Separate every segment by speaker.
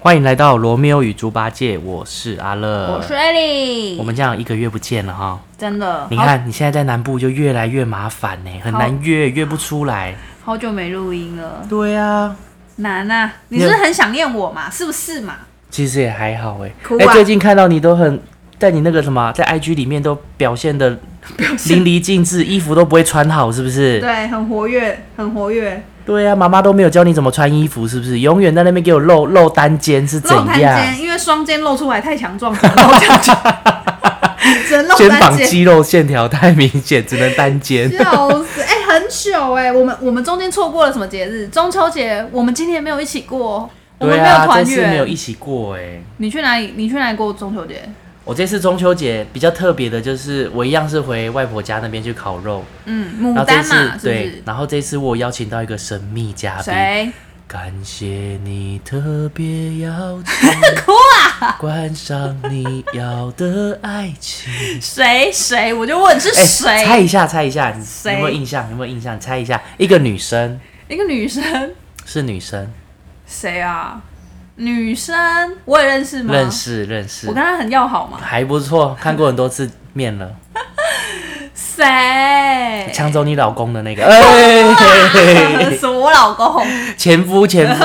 Speaker 1: 欢迎来到罗密欧与猪八戒，我是阿乐，
Speaker 2: 我是艾莉，
Speaker 1: 我们这样一个月不见了哈，
Speaker 2: 真的，
Speaker 1: 你
Speaker 2: 好
Speaker 1: 看你现在在南部就越来越麻烦呢，很难约，约不出来。
Speaker 2: 好久没录音了，
Speaker 1: 对啊，
Speaker 2: 难啊！你
Speaker 1: 你
Speaker 2: 是
Speaker 1: 有
Speaker 2: 不是很想念我嘛？是不是嘛？
Speaker 1: 其实也还好哎
Speaker 2: 哭，
Speaker 1: 哎、
Speaker 2: 啊
Speaker 1: 最近看到你都很在你那个什么，在 IG 里面都表现的淋漓尽致，衣服都不会穿好，是不是？
Speaker 2: 对，很活跃，很活跃，
Speaker 1: 对啊，妈妈都没有教你怎么穿衣服，是不是？永远在那边给我露露单肩是怎
Speaker 2: 露单
Speaker 1: 样？
Speaker 2: 肩，因为双肩露出来太强壮，只能露下去只能露
Speaker 1: 肩
Speaker 2: 单
Speaker 1: 膀
Speaker 2: 肩。
Speaker 1: 肌肉线条太明显，只能单肩。
Speaker 2: 笑死！哎、很久哎、我们我们中间错过了什么节日？中秋节，我们今年没有一起过，我们
Speaker 1: 对
Speaker 2: 没有
Speaker 1: 啊，
Speaker 2: 团
Speaker 1: 这次没有
Speaker 2: 圆。
Speaker 1: 一起过哎。
Speaker 2: 你去哪里？你去哪里过中秋节？
Speaker 1: 我这次中秋节比较特别的就是，我一样是回外婆家那边去烤肉，然
Speaker 2: 嗯，牡
Speaker 1: 后啊这
Speaker 2: 丹
Speaker 1: 次
Speaker 2: 嘛，是不
Speaker 1: 对
Speaker 2: 是，？
Speaker 1: 然后这次我邀请到一个神秘嘉宾，
Speaker 2: 谁？
Speaker 1: 感谢你特别邀请，
Speaker 2: 哭
Speaker 1: 啊！观赏你要的爱情。
Speaker 2: 谁？谁？我就问是
Speaker 1: 哎
Speaker 2: 谁？
Speaker 1: 猜一下，猜一下，你
Speaker 2: 谁
Speaker 1: 有没有印象？有没有印象？猜一下，一个女生
Speaker 2: 一个女生，
Speaker 1: 是女生，
Speaker 2: 谁啊？女生，我也认识吗？
Speaker 1: 认。识认识
Speaker 2: 我，跟她很要好嘛。
Speaker 1: 还不错，看过很多次面 了，
Speaker 2: 谁？
Speaker 1: 抢走你老公的那个，哎，
Speaker 2: 是我老 公哦
Speaker 1: 前夫前 夫，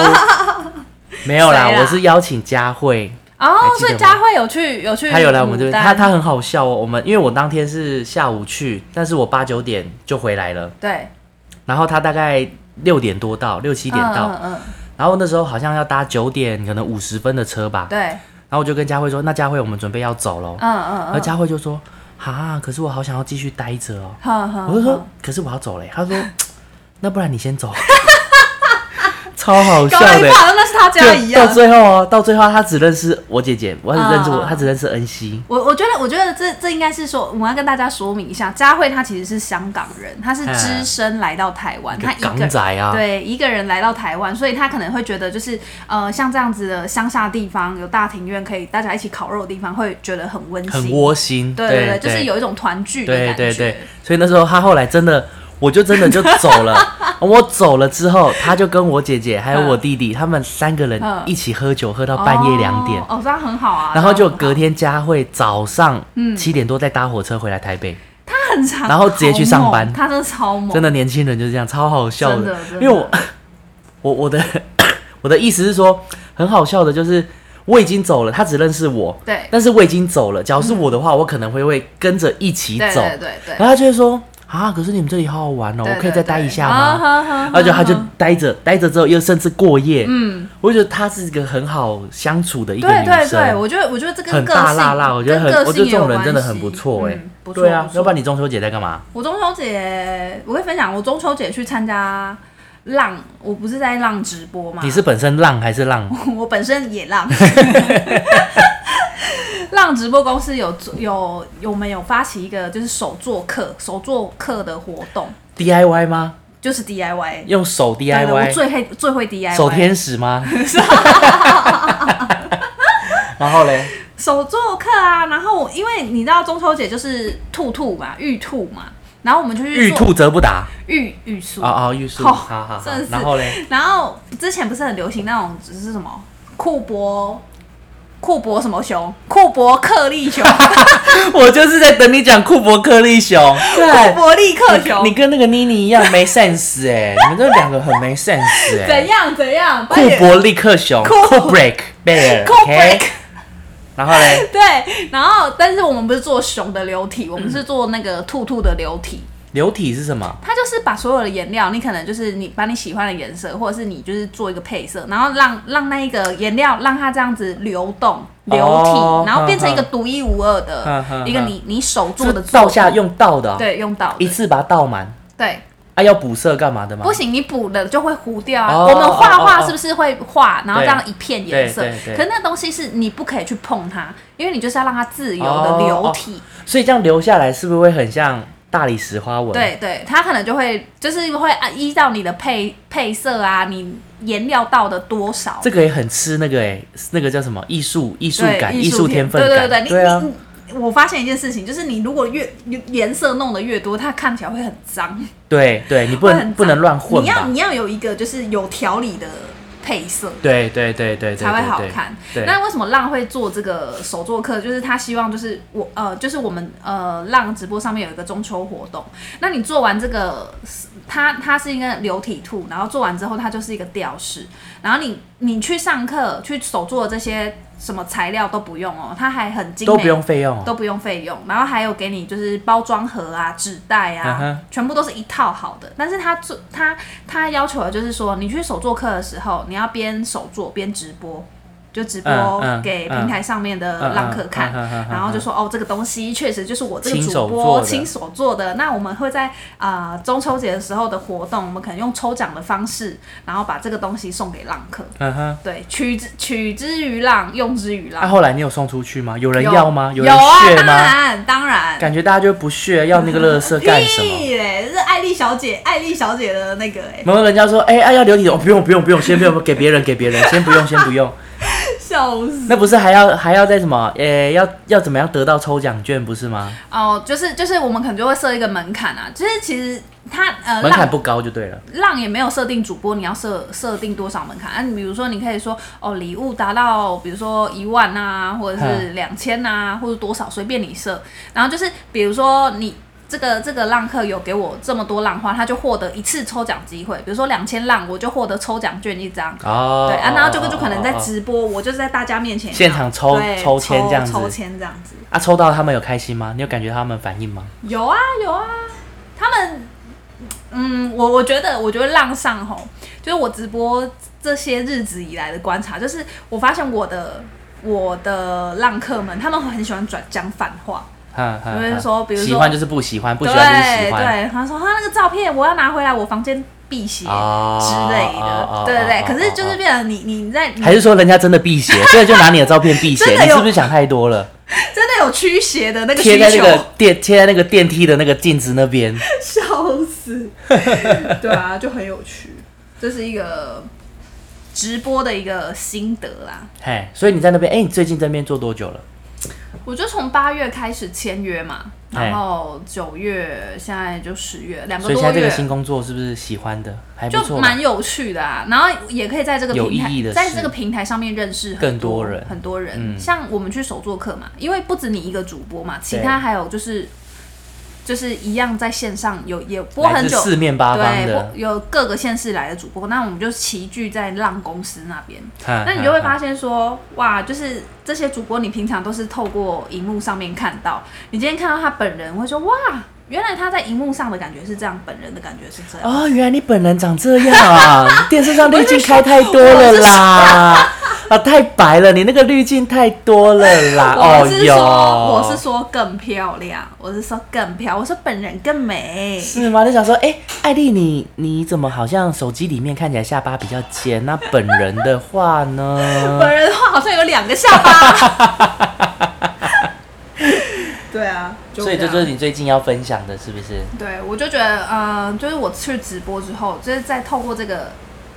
Speaker 1: 没有啦，
Speaker 2: 谁啊
Speaker 1: 我是邀请佳慧，
Speaker 2: 哦
Speaker 1: 还，记得吗
Speaker 2: 所以佳慧有去有去，
Speaker 1: 她有来我们这边，她她很好笑哦。我们因为我当天是下午去，但是我八九点就回来了，
Speaker 2: 对
Speaker 1: 然后她大概六点多到，六七
Speaker 2: 一
Speaker 1: 点到，
Speaker 2: 嗯嗯
Speaker 1: 然后那时候好像要搭九点可能五十分的车吧
Speaker 2: 嗯，，对，
Speaker 1: 然后我就跟佳慧说，那佳慧我们准备要走喽，
Speaker 2: 嗯嗯
Speaker 1: 然后
Speaker 2: 嗯，
Speaker 1: 佳慧就说，哈，可是我好想要继续待着哦，
Speaker 2: 哼哼，
Speaker 1: 我就说
Speaker 2: 哼，
Speaker 1: 可是我要走嘞，她 说，那不然你先走， 超好笑
Speaker 2: 搞得
Speaker 1: 的欸
Speaker 2: 你。好像那是他家一
Speaker 1: 就
Speaker 2: 样
Speaker 1: 到。最后哦，到最后他只认识我姐姐，我只认识我，
Speaker 2: 啊
Speaker 1: 他只认识恩熙。
Speaker 2: 我我觉得，我觉得这这应该是说，我们要跟大家说明一下，佳慧她其实是香港人，她是
Speaker 1: 嗯
Speaker 2: 只身来到台湾，她一个
Speaker 1: 港仔啊，
Speaker 2: 对，一个人来到台湾，所以他可能会觉得就是呃，像这样子的乡下地方，有大庭院可以大家一起烤肉的地方，会觉得很温
Speaker 1: 很
Speaker 2: 馨。
Speaker 1: 窝心。
Speaker 2: 对
Speaker 1: 对
Speaker 2: 对，就是有一种团聚的
Speaker 1: 对
Speaker 2: 感觉。
Speaker 1: 对对，所以那时候他后来真的，我就真的就走了。我走了之后，他就跟我姐姐还有我弟弟，他们三个人
Speaker 2: 嗯
Speaker 1: 一起喝酒，喝到半夜两点。
Speaker 2: 哦，哦这样很好啊。
Speaker 1: 然后
Speaker 2: 这
Speaker 1: 就
Speaker 2: 样很好
Speaker 1: 隔天佳慧早上七点多再搭火车回来台北，
Speaker 2: 他很长，
Speaker 1: 然后直接去上班
Speaker 2: 好猛他真的超猛，
Speaker 1: 真的年轻人就是这样，超好笑
Speaker 2: 真的真
Speaker 1: 因
Speaker 2: 的
Speaker 1: 为我 我我的 我的意思是说，很好笑的，就是我已经走了，他只认识我，
Speaker 2: 对嗯
Speaker 1: 但是我已经走了。假如是我的话，我可能会会跟着一起
Speaker 2: 对
Speaker 1: 走，
Speaker 2: 对对对，
Speaker 1: 然后他就会说啊，可是你们这里好好玩哦，
Speaker 2: 对
Speaker 1: 我可以再待一下？
Speaker 2: 对对
Speaker 1: 吗？
Speaker 2: 啊哈哈
Speaker 1: 而且他就待着，待着之后又甚至过夜，嗯，我就觉得她是一个很好相处的一个
Speaker 2: 对
Speaker 1: 女
Speaker 2: 对
Speaker 1: 生
Speaker 2: 对，，我觉得我觉得这跟
Speaker 1: 很
Speaker 2: 个性
Speaker 1: 大辣辣，我觉得很
Speaker 2: 跟个，性
Speaker 1: 我觉得这种
Speaker 2: 也有
Speaker 1: 人真的
Speaker 2: 关
Speaker 1: 很
Speaker 2: 系
Speaker 1: 不错哎
Speaker 2: 嗯，不错
Speaker 1: 对啊
Speaker 2: 不，错
Speaker 1: 要不然你中秋节在干嘛？
Speaker 2: 我中秋节我会分享，我中秋节去参加浪，我不是在浪直播嘛？
Speaker 1: 你是本身浪还是浪？
Speaker 2: 我本身 也浪。浪直播公司有做有有没有发起一个就是手作课手作课的活动，
Speaker 1: DIY 吗？
Speaker 2: 就是 DIY。
Speaker 1: 用手
Speaker 2: 对的，我
Speaker 1: DIY，
Speaker 2: 最会最会 DIY。
Speaker 1: 手天使 吗？然后嘞，
Speaker 2: 手作课啊，然后我因为你知道中秋节就是兔兔嘛，玉兔嘛，然后我们就去
Speaker 1: 欲
Speaker 2: 做
Speaker 1: 兔则不达
Speaker 2: 玉玉树
Speaker 1: 啊啊，欲速，
Speaker 2: 好
Speaker 1: 好好好
Speaker 2: 真的。是
Speaker 1: 然后嘞，
Speaker 2: 然后之前不是很流行那种，就是什么库博库博什么熊，库博克利熊， 库
Speaker 1: 我就是在等你讲库伯克利熊， 对，
Speaker 2: 博利克熊
Speaker 1: 你，跟那个妮妮一样没 sense 哎、你们这两个很没 sense 哎、
Speaker 2: 怎样怎样？快
Speaker 1: 库
Speaker 2: 点
Speaker 1: 伯利克熊
Speaker 2: 库
Speaker 1: ，Kubrick bear，
Speaker 2: 库
Speaker 1: OK 然后嘞，
Speaker 2: 对，然后但是我们不是做熊的流体，我们是做那个兔兔的流体。
Speaker 1: 流体是什么？
Speaker 2: 它就是把所有的颜料，你可能就是你把你喜欢的颜色，或者是你就是做一个配色，然后让让那一个颜料让它这样子流动流体，
Speaker 1: 哦
Speaker 2: 然后变成一个
Speaker 1: 哼
Speaker 2: 独一无二的、
Speaker 1: 哼哼嗯
Speaker 2: 一个
Speaker 1: 哼
Speaker 2: 你你手做
Speaker 1: 是
Speaker 2: 的
Speaker 1: 倒下
Speaker 2: 作
Speaker 1: 用倒的哦、
Speaker 2: 品对用到
Speaker 1: 一
Speaker 2: 的
Speaker 1: 次把它倒满。
Speaker 2: 对。
Speaker 1: 啊，要补色干嘛的吗？
Speaker 2: 不行，你补了就会糊掉啊。
Speaker 1: 哦
Speaker 2: 我们画
Speaker 1: 哦哦
Speaker 2: 画
Speaker 1: 哦
Speaker 2: 是不是会画，然后
Speaker 1: 对
Speaker 2: 这样一片颜色
Speaker 1: 对对？对
Speaker 2: 可是那东西是你不可以去碰它，因为你就是要让它自由
Speaker 1: 哦哦
Speaker 2: 的流体。
Speaker 1: 所以这样留下来是不是会很像大理石花纹？，
Speaker 2: 对对，它可能就会就是会啊依照你的配配色啊，你颜料到的多少，
Speaker 1: 这个也很吃那个哎、那个叫什么艺术艺术
Speaker 2: 对
Speaker 1: 感、
Speaker 2: 艺
Speaker 1: 艺术天分
Speaker 2: 对对
Speaker 1: 感。
Speaker 2: 对，你
Speaker 1: 啊
Speaker 2: 你。你我发现一件事情，就是你如果越颜色弄得越多，它看起来会很脏，
Speaker 1: 对对，你不
Speaker 2: 会很
Speaker 1: 能
Speaker 2: 脏
Speaker 1: 不能乱混
Speaker 2: 你要
Speaker 1: 吧？
Speaker 2: 你要有一个就是有条理的配色。
Speaker 1: 对对对对对，
Speaker 2: 才会
Speaker 1: 对
Speaker 2: 好
Speaker 1: 对
Speaker 2: 看。
Speaker 1: 对
Speaker 2: 那为什么浪会做这个手作课？就是他希望，就是我呃，就是我们呃浪直播上面有一个中秋活动。那你做完这个，它它是一个流体兔，然后做完之后它就是一个吊饰。然后你你去上课去手做的这些什么材料都不用哦，它还很精美，
Speaker 1: 都不用费用哦，
Speaker 2: 都不用费用，然后还有给你就是包装盒啊、纸袋啊
Speaker 1: 嗯哼
Speaker 2: 全部都是一套好的。但是他做他他要求的就是说，你去手作课的时候，你要边手作边直播，就直播
Speaker 1: 嗯嗯
Speaker 2: 给平台上面的
Speaker 1: 嗯
Speaker 2: 浪客看，
Speaker 1: 嗯嗯嗯嗯嗯
Speaker 2: 然后就说哦，这个东西确实就是我这个
Speaker 1: 亲
Speaker 2: 主
Speaker 1: 手
Speaker 2: 播
Speaker 1: 做的
Speaker 2: 亲手做的。那我们会在啊、呃中秋节的时候的活动，我们可能用抽奖的方式，然后把这个东西送给浪客。
Speaker 1: 嗯哼。
Speaker 2: 对，取之取之于浪，用之于浪。
Speaker 1: 那后来你有送出去吗？有人
Speaker 2: 有
Speaker 1: 要吗？有
Speaker 2: 有
Speaker 1: 人
Speaker 2: 啊，
Speaker 1: 屑
Speaker 2: 当
Speaker 1: 吗？
Speaker 2: 然当然。
Speaker 1: 感觉大家就不屑，要那个乐 色干什么？
Speaker 2: 屁嘞，是艾丽小姐，艾丽小姐的那个哎、
Speaker 1: 然后人家说，哎、哎要留底，哦，不用不用不用，先不用，给别人给 别人，先不用先不用。
Speaker 2: 笑死！
Speaker 1: 那不是还要还要再什么？呃、要要怎么样得到抽奖券不是吗？
Speaker 2: 哦，就是就是，我们可能就会设一个门槛啊，就是其实他呃
Speaker 1: 门槛
Speaker 2: 浪
Speaker 1: 不高就对了。
Speaker 2: 浪也没有设定主播你要设设定多少门槛啊，你比如说你可以说哦礼物达到比如说一万啊，或者
Speaker 1: 嗯
Speaker 2: 是两千啊，或者多少随便你设，然后就是比如说你。这个这个浪客有给我这么多浪花，他就获得一次抽奖机会。比如说两千浪，我就获得抽奖券一张，
Speaker 1: 哦，
Speaker 2: 对啊，然后这个
Speaker 1: 哦
Speaker 2: 就可能在
Speaker 1: 哦哦
Speaker 2: 直播，我就是在大家面前
Speaker 1: 现场抽
Speaker 2: 对
Speaker 1: 抽
Speaker 2: 抽
Speaker 1: 签这样子
Speaker 2: 抽签这样子。
Speaker 1: 啊，抽到他们有开心吗？你有感觉他们反应吗？
Speaker 2: 有啊有啊，他们，嗯，我我觉得我觉得浪上吼，就是我直播这些日子以来的观察，就是我发现我的我的浪客们，他们很喜欢转讲反话，
Speaker 1: 哈哈，
Speaker 2: 有人
Speaker 1: 哈
Speaker 2: 说比如说
Speaker 1: 喜欢就是不喜欢，不
Speaker 2: 对
Speaker 1: 喜欢就是喜欢。
Speaker 2: 对，他说啊他那个照片我要拿回来，我房间辟邪之
Speaker 1: 哦
Speaker 2: 类
Speaker 1: 哦
Speaker 2: 的
Speaker 1: 哦，
Speaker 2: 对对对。
Speaker 1: 哦
Speaker 2: 可是就
Speaker 1: 哦
Speaker 2: 是变成你你在你
Speaker 1: 还是说人家真的 辟邪，所以就拿你的照片辟邪？
Speaker 2: 真的
Speaker 1: 你
Speaker 2: 有
Speaker 1: 是不是想太多了？
Speaker 2: 真的有驱邪的那个
Speaker 1: 贴
Speaker 2: 需
Speaker 1: 在那
Speaker 2: 求。
Speaker 1: 个电贴在那个电梯的那个镜子那边，
Speaker 2: 笑 死！对啊，就很有趣，这是一个直播的一个心得啦。
Speaker 1: 嘿，所以你在那边，哎、你最近在那边做多久了？
Speaker 2: 我就从八月开始签约嘛，
Speaker 1: 哎
Speaker 2: 然后九月，现在就十月，两个
Speaker 1: 所以
Speaker 2: 多
Speaker 1: 现在这个
Speaker 2: 月。
Speaker 1: 新工作是不是喜欢的？还不
Speaker 2: 就
Speaker 1: 错吧，
Speaker 2: 蛮有趣的啊，然后也可以在这个
Speaker 1: 有
Speaker 2: 平
Speaker 1: 意义的
Speaker 2: 台，
Speaker 1: 事
Speaker 2: 在这个平台上面认识很
Speaker 1: 更
Speaker 2: 多
Speaker 1: 多人嗯
Speaker 2: 很多人。像我们去手作课嘛，因为不止你一个主播嘛，其
Speaker 1: 对
Speaker 2: 他还有就是就是一样在线上有也播
Speaker 1: 来
Speaker 2: 很
Speaker 1: 自
Speaker 2: 久，
Speaker 1: 四面八方
Speaker 2: 对，
Speaker 1: 的
Speaker 2: 不，有各个县市来的主播，那我们就齐聚在浪公司那边。
Speaker 1: 那
Speaker 2: 那你就
Speaker 1: 啊
Speaker 2: 会发现说，哇，就是这些主播，你平常都是透过荧幕上面看到，你今天看到他本人，会说哇，原来他在荧幕上的感觉是这样，本人的感觉是这样。
Speaker 1: 哦，原来你本人长这样啊！电视上滤镜开太多了 啦，啊，太白了，你那个滤镜太多了啦。 哦
Speaker 2: 我是
Speaker 1: 哟，
Speaker 2: 说，我是说更漂亮，我是说更漂，我说本人更美。
Speaker 1: 是吗？你想说，哎、艾丽，你你怎么好像手机里面看起来下巴比较尖？那本人的话呢？
Speaker 2: 本人的话好像有两个下巴。 对啊，就
Speaker 1: 所以这
Speaker 2: 样
Speaker 1: 就是你最近要分享的，是不是？
Speaker 2: 对，我就觉得，呃，就是我去直播之后，就是再透过这个，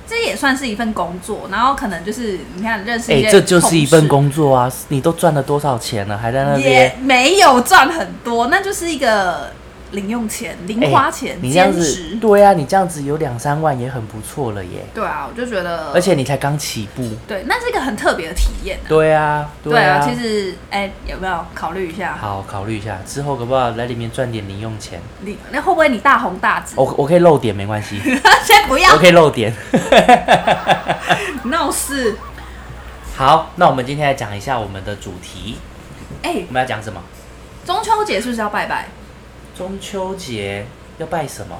Speaker 2: 这也算是一份工作，然后可能就是你看认识一
Speaker 1: 哎、
Speaker 2: 些，
Speaker 1: 这就是一份，工作啊！你都赚了多少钱了，还在那边
Speaker 2: 也？没有赚很多，那就是一个零用钱、零花钱、
Speaker 1: 哎你这样
Speaker 2: 兼
Speaker 1: 子
Speaker 2: 职，。
Speaker 1: 对啊，你这样子有两三万也很不错了耶，
Speaker 2: 对啊，我就觉得，
Speaker 1: 而且你才刚起步。
Speaker 2: 对，那是一个很特别的体验、啊。
Speaker 1: 对啊，
Speaker 2: 啊，其实哎、有没有考虑一下？
Speaker 1: 好，考虑一下，之后可不好来里面赚点零用钱？哦
Speaker 2: 你那会不会你大红大紫？
Speaker 1: 我我可以露点没关系，
Speaker 2: 先不要
Speaker 1: 我可以露点。
Speaker 2: 闹事。
Speaker 1: 好，那我们今天来讲一下我们的主题，
Speaker 2: 哎、
Speaker 1: 我们要讲什么？
Speaker 2: 中秋节是不是要拜拜？
Speaker 1: 中秋节要拜什么？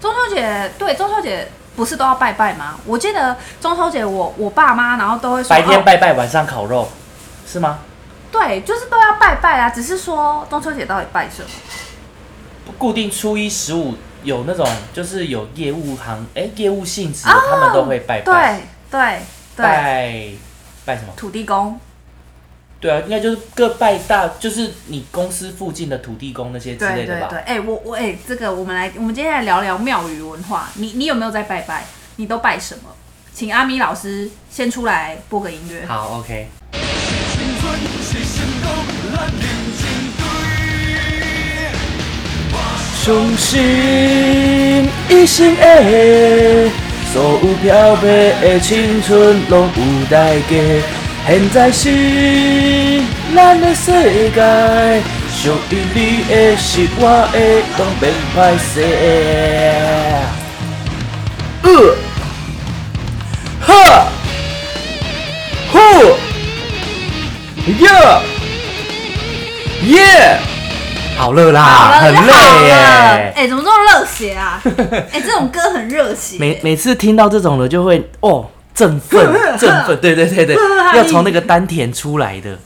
Speaker 2: 中秋节对中秋节不是都要拜拜吗？我记得中秋节我我爸妈然后都会说
Speaker 1: 白天、
Speaker 2: 哦
Speaker 1: 拜拜，晚上烤肉，是吗？
Speaker 2: 对，就是都要拜拜啊。只是说中秋节到底拜什么？
Speaker 1: 固定初一十五有那种就是有业务行哎、业务性质的，他们都会拜拜，
Speaker 2: 对对哦对，
Speaker 1: 拜拜什么？
Speaker 2: 土地公
Speaker 1: 对啊，应该就是各拜大，就是你公司附近的土地公那些之
Speaker 2: 对
Speaker 1: 类
Speaker 2: 对
Speaker 1: 的
Speaker 2: 对。
Speaker 1: 吧。
Speaker 2: 哎、我我哎、这个我们来，我们今天来聊聊庙宇文化。你你有没有在拜拜？你都拜什么？请阿咪老师先出来播个音乐。
Speaker 1: 好，OK。
Speaker 3: 青春是身高立亂成堆。
Speaker 1: 相信一生的所有漂白的青春拢有代价。现在是咱的世界，属于你的是我的，拢变歹势。呃，呵，呼，呀，耶，好了啦，
Speaker 2: 好了，
Speaker 1: 啊很
Speaker 2: 就好
Speaker 1: 累耶。
Speaker 2: 了哎、怎么这么热血 啊？哎、这种歌很热血。
Speaker 1: 每每次听到这种的，就会哦振奋振奋，对对对对，要从那个丹田出来的。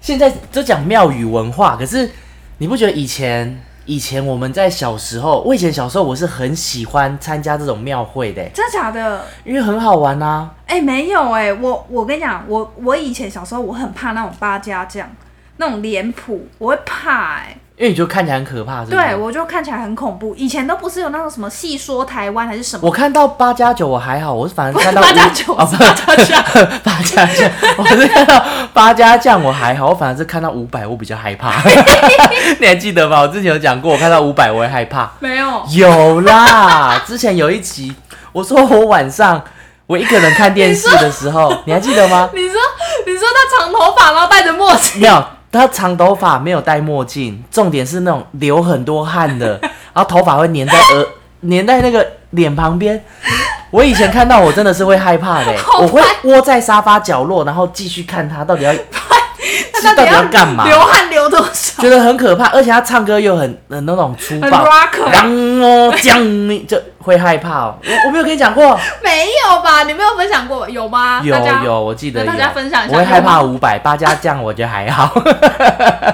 Speaker 1: 现在都讲庙宇文化，可是你不觉得以前以前我们在小时候，我以前小时候我是很喜欢参加这种庙会的，
Speaker 2: 真的假的？
Speaker 1: 因为很好玩啊。
Speaker 2: 哎、没有哎、我我跟你讲，我我以前小时候我很怕那种八家将，那种脸谱，我会怕哎、
Speaker 1: 因为你就看起来很可怕，是不是？
Speaker 2: 对，我就看起来很恐怖。以前都不是有那种什么戏说台湾还是什么，
Speaker 1: 我看到八加九我还好，我是反正看到
Speaker 2: 八加
Speaker 1: 五
Speaker 2: 九
Speaker 1: 哦
Speaker 2: 是
Speaker 1: 不
Speaker 2: 八加酱
Speaker 1: 八加酱，我是看到八加酱我还好，我反而是看到五百我比较害 怕。你还记得吗？我之前有讲过，我看到五百我会害怕。
Speaker 2: 没有。
Speaker 1: 有啦，之前有一集我说我晚上我一个人看电视的时 候，你还记得吗？
Speaker 2: 你说你说他长头发，然后戴着墨镜，
Speaker 1: 没有，他长头发没有戴墨镜，重点是那种流很多汗的， 然后头发会粘在额，粘在那个脸旁边。我以前看到我真的是会害怕的、欸
Speaker 2: 好
Speaker 1: 我会
Speaker 2: 坏
Speaker 1: 窝在沙发角落，然后继续看他到底要
Speaker 2: 他
Speaker 1: 到底
Speaker 2: 要
Speaker 1: 要干嘛
Speaker 2: 流汗流多少？
Speaker 1: 觉得很可怕，而且他唱歌又很很那种粗
Speaker 2: 很
Speaker 1: 暴，
Speaker 2: rocker
Speaker 1: 然后这样就会害怕哦。我我没有跟你讲过，
Speaker 2: 没有吧？你没有分享过有吗？
Speaker 1: 有
Speaker 2: 啊大家
Speaker 1: 有，我记得有。
Speaker 2: 那大家分享一下
Speaker 1: 我会害怕五百八加酱，我觉得还好。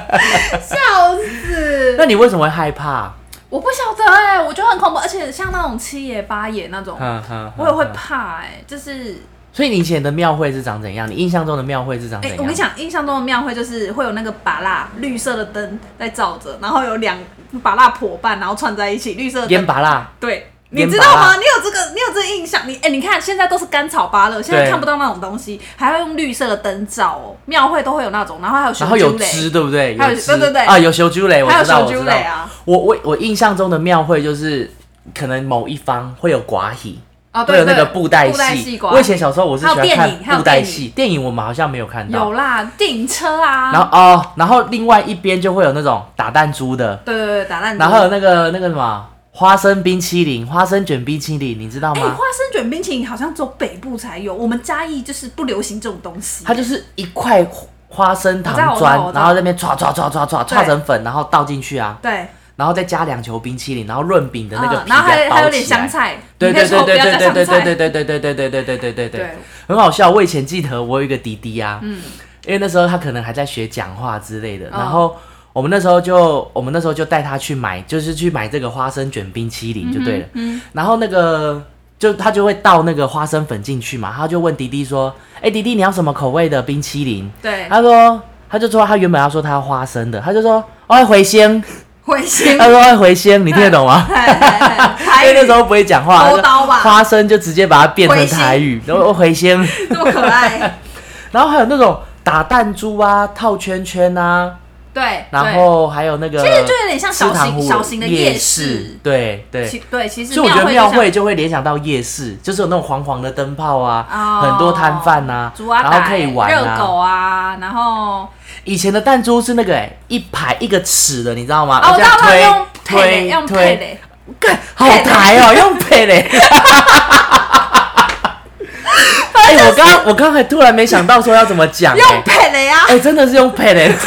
Speaker 2: 笑死！
Speaker 1: 那你为什么会害怕？
Speaker 2: 我不晓得哎、我觉得很恐怖，而且像那种七爷八爷那种，
Speaker 1: 哼哼哼
Speaker 2: 我也会
Speaker 1: 哼
Speaker 2: 怕哎、就是
Speaker 1: 所以你以前的庙会是长怎样？你印象中的庙会是长
Speaker 2: 哎、
Speaker 1: 怎样？
Speaker 2: 我跟你，讲，印象中的庙会就是会有那个把蜡绿色的灯在照着，然后有两把蜡伙伴，然后串在一起，绿色的
Speaker 1: 烟
Speaker 2: 灯。
Speaker 1: 拔啦，
Speaker 2: 对，
Speaker 1: 烟
Speaker 2: 你
Speaker 1: 拔
Speaker 2: 知道
Speaker 1: 蜡
Speaker 2: 吗？你有这个，你有这个印象？你哎、你看现在都是干草芭乐，现在
Speaker 1: 对
Speaker 2: 看不到那种东西，还要用绿色的灯照哦。庙会都会有那种，然后还有
Speaker 1: 然后
Speaker 2: 熊
Speaker 1: 有
Speaker 2: 猪嘞
Speaker 1: 枝，对不对？
Speaker 2: 还有呃
Speaker 1: 枝，
Speaker 2: 对对对
Speaker 1: 啊，有修猪雷，我
Speaker 2: 还有
Speaker 1: 知道，
Speaker 2: 小
Speaker 1: 我
Speaker 2: 猪
Speaker 1: 知道
Speaker 2: 嘞。啊，
Speaker 1: 我我我印象中的庙会就是可能某一方会有寡喜，
Speaker 2: 啊
Speaker 1: 会
Speaker 2: 对
Speaker 1: 有
Speaker 2: 对，
Speaker 1: 那个布袋
Speaker 2: 布袋戏
Speaker 1: 戏。
Speaker 2: 馆
Speaker 1: 我以前小时候我是喜欢
Speaker 2: 还有电影还
Speaker 1: 看
Speaker 2: 有
Speaker 1: 布袋
Speaker 2: 电影
Speaker 1: 戏，电影我们好像没有看到
Speaker 2: 有。啦，电影车啊，
Speaker 1: 然后哦，然后另外一边就会有那种打弹珠的，
Speaker 2: 对对对，打烂。
Speaker 1: 然后有那个那个什么花生冰淇淋、花生卷冰淇淋，你知道
Speaker 2: 哎、
Speaker 1: 吗
Speaker 2: 花？生卷冰淇淋好像只有北部才有，我们嘉义就是不流行这种东西。
Speaker 1: 它就是一块花生糖
Speaker 2: 我知道
Speaker 1: 砖
Speaker 2: 我知道我，知道
Speaker 1: 然后在那边唰唰唰唰唰
Speaker 2: 对
Speaker 1: 唰成粉，然后倒进去啊，
Speaker 2: 对，
Speaker 1: 然后再加两球冰淇淋，然后润饼的那个
Speaker 2: 嗯
Speaker 1: 皮
Speaker 2: 然后还
Speaker 1: 啊
Speaker 2: 还有
Speaker 1: 包
Speaker 2: 点
Speaker 1: 起来
Speaker 2: 香。菜，
Speaker 1: 对
Speaker 2: 你可
Speaker 1: 对
Speaker 2: 以
Speaker 1: 对
Speaker 2: 说我不
Speaker 1: 对对
Speaker 2: 要加香
Speaker 1: 对对
Speaker 2: 菜。
Speaker 1: 对对对对对对对对对对对
Speaker 2: 对，
Speaker 1: 很好笑。我以前记得我有一个弟弟啊，因为那时候他可能还在学讲话之类的，
Speaker 2: 嗯
Speaker 1: 然后我们那时候就我们那时候就带他去买，就是去买这个花生卷冰淇淋就对了。
Speaker 2: 嗯，
Speaker 1: 然后那个就他就会倒那个花生粉进去嘛，他就问迪迪说：“哎、迪迪你要什么口味的冰淇淋？”
Speaker 2: 对，
Speaker 1: 他说，他就说他原本要说他要花生的，他就说哦要回 鲜，
Speaker 2: 回心。
Speaker 1: 他说哦要回鲜，你听得懂 吗？因
Speaker 2: 因
Speaker 1: 为那时候不会讲话，
Speaker 2: 勾
Speaker 1: 他
Speaker 2: 刀
Speaker 1: 就
Speaker 2: 吧
Speaker 1: 花生就直接把它变成台语，然后回鲜，
Speaker 2: 这么可爱，
Speaker 1: 然后还有那种打弹珠啊、套圈圈啊，
Speaker 2: 对，
Speaker 1: 然
Speaker 2: 对
Speaker 1: 后还有那个
Speaker 2: 其实就有点像
Speaker 1: 吃
Speaker 2: 小
Speaker 1: 糖
Speaker 2: 型
Speaker 1: 葫芦
Speaker 2: 小型的
Speaker 1: 夜
Speaker 2: 市。
Speaker 1: 对对。
Speaker 2: 其对，其实
Speaker 1: 所以我觉得庙
Speaker 2: 庙
Speaker 1: 会
Speaker 2: 会
Speaker 1: 就会联想到夜市，就是有那种黄黄的灯泡啊，
Speaker 2: 哦
Speaker 1: 很多摊贩啊
Speaker 2: 就像，竹啊
Speaker 1: 然后可以玩
Speaker 2: 热狗
Speaker 1: 啊。
Speaker 2: 啊，然后
Speaker 1: 以前的弹珠是那个哎，一排一个尺的，你知道吗？
Speaker 2: 哦，我
Speaker 1: 这
Speaker 2: 知
Speaker 1: 样
Speaker 2: 道他用配
Speaker 1: 推
Speaker 2: 嘞，用
Speaker 1: 推推，
Speaker 2: 配嘞，
Speaker 1: 好台 哦，用配嘞。哎，我 刚我刚才突然没想到说要怎么讲哎
Speaker 2: 用，配嘞啊！
Speaker 1: 哎，真的是用配嘞，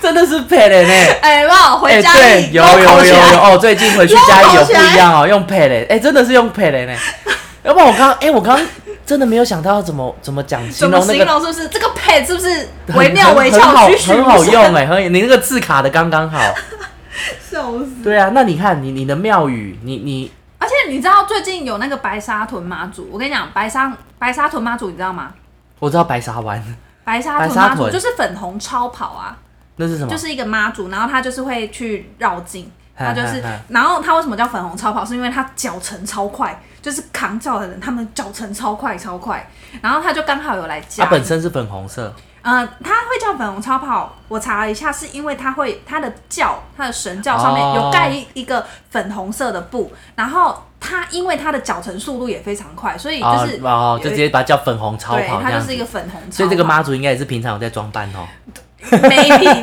Speaker 1: 真的是配嘞呢。
Speaker 2: 哎，哇，回
Speaker 1: 哎，
Speaker 2: 家
Speaker 1: 对，有有有有哦，最近回去家里有
Speaker 2: 用口
Speaker 1: 不
Speaker 2: 起来
Speaker 1: 一样哦，用配嘞，哎，真的是用配嘞 呢。要不然我刚，哎，我刚真的没有想到要怎么怎么讲 形
Speaker 2: 怎么
Speaker 1: 容那
Speaker 2: 形
Speaker 1: 个
Speaker 2: 容是不是？这个配是不是
Speaker 1: 很
Speaker 2: 惟妙惟
Speaker 1: 很很
Speaker 2: 肖，
Speaker 1: 好
Speaker 2: 栩栩
Speaker 1: 很好
Speaker 2: 如生
Speaker 1: 用，哎，很你那个字卡的刚刚好。
Speaker 2: 笑死！
Speaker 1: 对啊，那你看你你的庙宇，你你
Speaker 2: 而且你知道最近有那个白沙屯妈祖，我跟你讲，白沙白沙屯妈祖你知道吗？
Speaker 1: 我知道白沙湾
Speaker 2: 白沙屯
Speaker 1: 白沙
Speaker 2: 妈祖
Speaker 1: 屯嗯
Speaker 2: 就是粉红超跑啊，
Speaker 1: 那是什么？
Speaker 2: 就是一个妈祖，然后她就是会去绕境，
Speaker 1: 嗨
Speaker 2: 她就是
Speaker 1: 嗨嗨，
Speaker 2: 然后她为什么叫粉红超跑？是因为她脚程超快，就是扛轿的人，他们脚程超快超快，然后她就刚好有来
Speaker 1: 它
Speaker 2: 加
Speaker 1: 啊本身是粉红色，
Speaker 2: 呃，它会叫粉红超跑，我查了一下，是因为它会它的轿，它的神轿上面
Speaker 1: 哦
Speaker 2: 有盖一一个粉红色的布，然后它因为它的脚程速度也非常快，所以
Speaker 1: 啊
Speaker 2: 哎就是
Speaker 1: 哦，就直接把它叫粉红超
Speaker 2: 对，
Speaker 1: 跑这
Speaker 2: 它
Speaker 1: 样
Speaker 2: 就是
Speaker 1: 子
Speaker 2: 一。个粉红超跑。
Speaker 1: 所以这 个妈祖应该也是平常有在装扮哦，
Speaker 2: maybe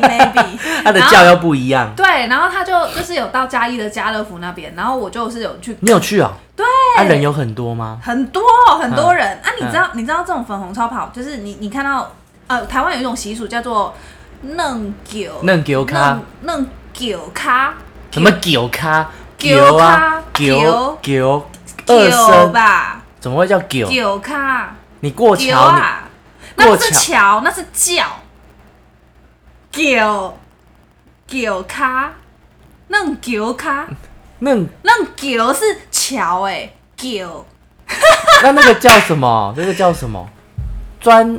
Speaker 2: maybe
Speaker 1: 她的
Speaker 2: 然后
Speaker 1: 教又不一样。
Speaker 2: 对，然后他就就是有到嘉义的家乐福那边，然后我就是有去
Speaker 1: 你有去哦？对。啊，人有很多吗？
Speaker 2: 很多很多人、
Speaker 1: 嗯
Speaker 2: 啊，你知道、你知道这种粉红超跑，就是你你看到呃，台湾有一种习俗叫做嫩狗
Speaker 1: 嫩狗咖
Speaker 2: 嫩嫩狗咖
Speaker 1: 什么狗咖？
Speaker 2: 狗
Speaker 1: 啊
Speaker 2: 咖，
Speaker 1: 狗狗二
Speaker 2: 狗
Speaker 1: 声，
Speaker 2: 吧
Speaker 1: 怎么会叫狗？
Speaker 2: 狗咖
Speaker 1: 你过
Speaker 2: 狗
Speaker 1: 桥，你
Speaker 2: 啊，那不
Speaker 1: 过
Speaker 2: 是桥，那是叫狗狗咖嫩狗咖
Speaker 1: 那
Speaker 2: 嫩狗是桥哎、欸、狗。
Speaker 1: 那那个叫什么？ 那个叫什么？砖，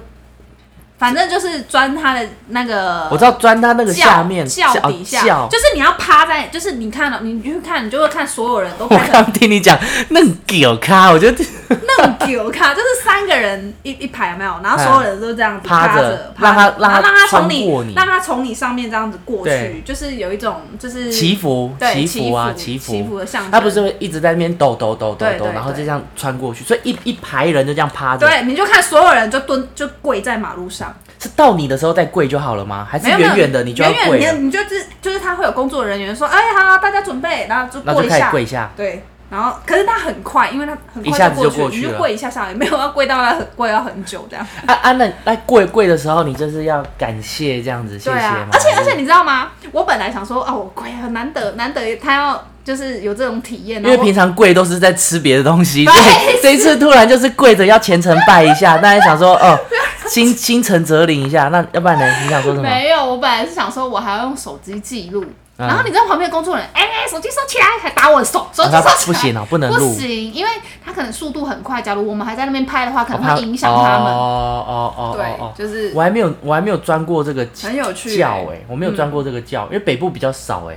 Speaker 2: 反正就是钻它的那个，
Speaker 1: 我知道砖它那个
Speaker 2: 呃叫
Speaker 1: 下面
Speaker 2: 叫
Speaker 1: 哦
Speaker 2: 底下，
Speaker 1: 叫
Speaker 2: 就是你要趴在，就是你看了，你去看，你就会看所有人都
Speaker 1: 我
Speaker 2: 看着
Speaker 1: 刚听你讲那狗咖，我觉得
Speaker 2: 那种丢看，就是三个人一一排有没有，然后所有人都这样子
Speaker 1: 嗯趴
Speaker 2: 趴
Speaker 1: 着
Speaker 2: 着，
Speaker 1: 让他
Speaker 2: 趴着然后
Speaker 1: 让他
Speaker 2: 让他从
Speaker 1: 穿过你
Speaker 2: 让他从你上面这样子过去
Speaker 1: 对，
Speaker 2: 就是有一种就是
Speaker 1: 祈福
Speaker 2: 嗯对
Speaker 1: 祈福啊
Speaker 2: 祈
Speaker 1: 祈
Speaker 2: 祈
Speaker 1: 福
Speaker 2: 福的象征，
Speaker 1: 它不是会一直在那边抖抖抖抖
Speaker 2: 对
Speaker 1: 抖，
Speaker 2: 对
Speaker 1: 然后就
Speaker 2: 对
Speaker 1: 这样穿过去，所以一一排人就这样趴着。
Speaker 2: 对，你就看所有人就蹲就跪在马路上，
Speaker 1: 是到你的时候再跪就好了吗？还是
Speaker 2: 没有没有
Speaker 1: 远远的你就要
Speaker 2: 远
Speaker 1: 跪
Speaker 2: 远
Speaker 1: 了，
Speaker 2: 你你就是就是他会有工作人员说，哎好，大家准备，然后就
Speaker 1: 然后
Speaker 2: 过
Speaker 1: 就
Speaker 2: 一
Speaker 1: 开始
Speaker 2: 下，
Speaker 1: 跪下？
Speaker 2: 对，然后可是他很快，因为他很
Speaker 1: 一下
Speaker 2: 快
Speaker 1: 子就
Speaker 2: 过
Speaker 1: 过去
Speaker 2: 你
Speaker 1: 了
Speaker 2: 就跪一下下来，没有要 跪到他很跪要很久这样。
Speaker 1: 啊啊，那那跪跪的时候，你就是要感谢这样子，谢谢
Speaker 2: 对啊
Speaker 1: 吗？，
Speaker 2: 而且而且
Speaker 1: 你
Speaker 2: 你知道吗？我本来想说啊，我跪很难得难得他要就是有这种体验，
Speaker 1: 因为
Speaker 2: 然后我
Speaker 1: 平常跪都是在吃别的东西，所
Speaker 2: 对
Speaker 1: 以这一次突然就是跪着要虔诚拜一下，那你想说哦， 心心诚则灵一下，那要不然呢？你想说什么？哦
Speaker 2: 没有，我本来是想说我还要用手机记录，
Speaker 1: 嗯
Speaker 2: 然后你知道旁边的工作人员，哎、手机收起来，还打我的手，手机
Speaker 1: 啊
Speaker 2: 收
Speaker 1: 他
Speaker 2: 起来，
Speaker 1: 不行哦不能录
Speaker 2: 不行，因为他可能速度很快，假如我们还在那边拍的话，可
Speaker 1: 我
Speaker 2: 能
Speaker 1: 怕
Speaker 2: 会影响他们。
Speaker 1: 哦哦哦
Speaker 2: 对，
Speaker 1: 哦哦，
Speaker 2: 就是
Speaker 1: 我还没有我还没有钻过这个
Speaker 2: 很有趣欸
Speaker 1: 教哎、我没有钻过这个教，因为北部比较少哎、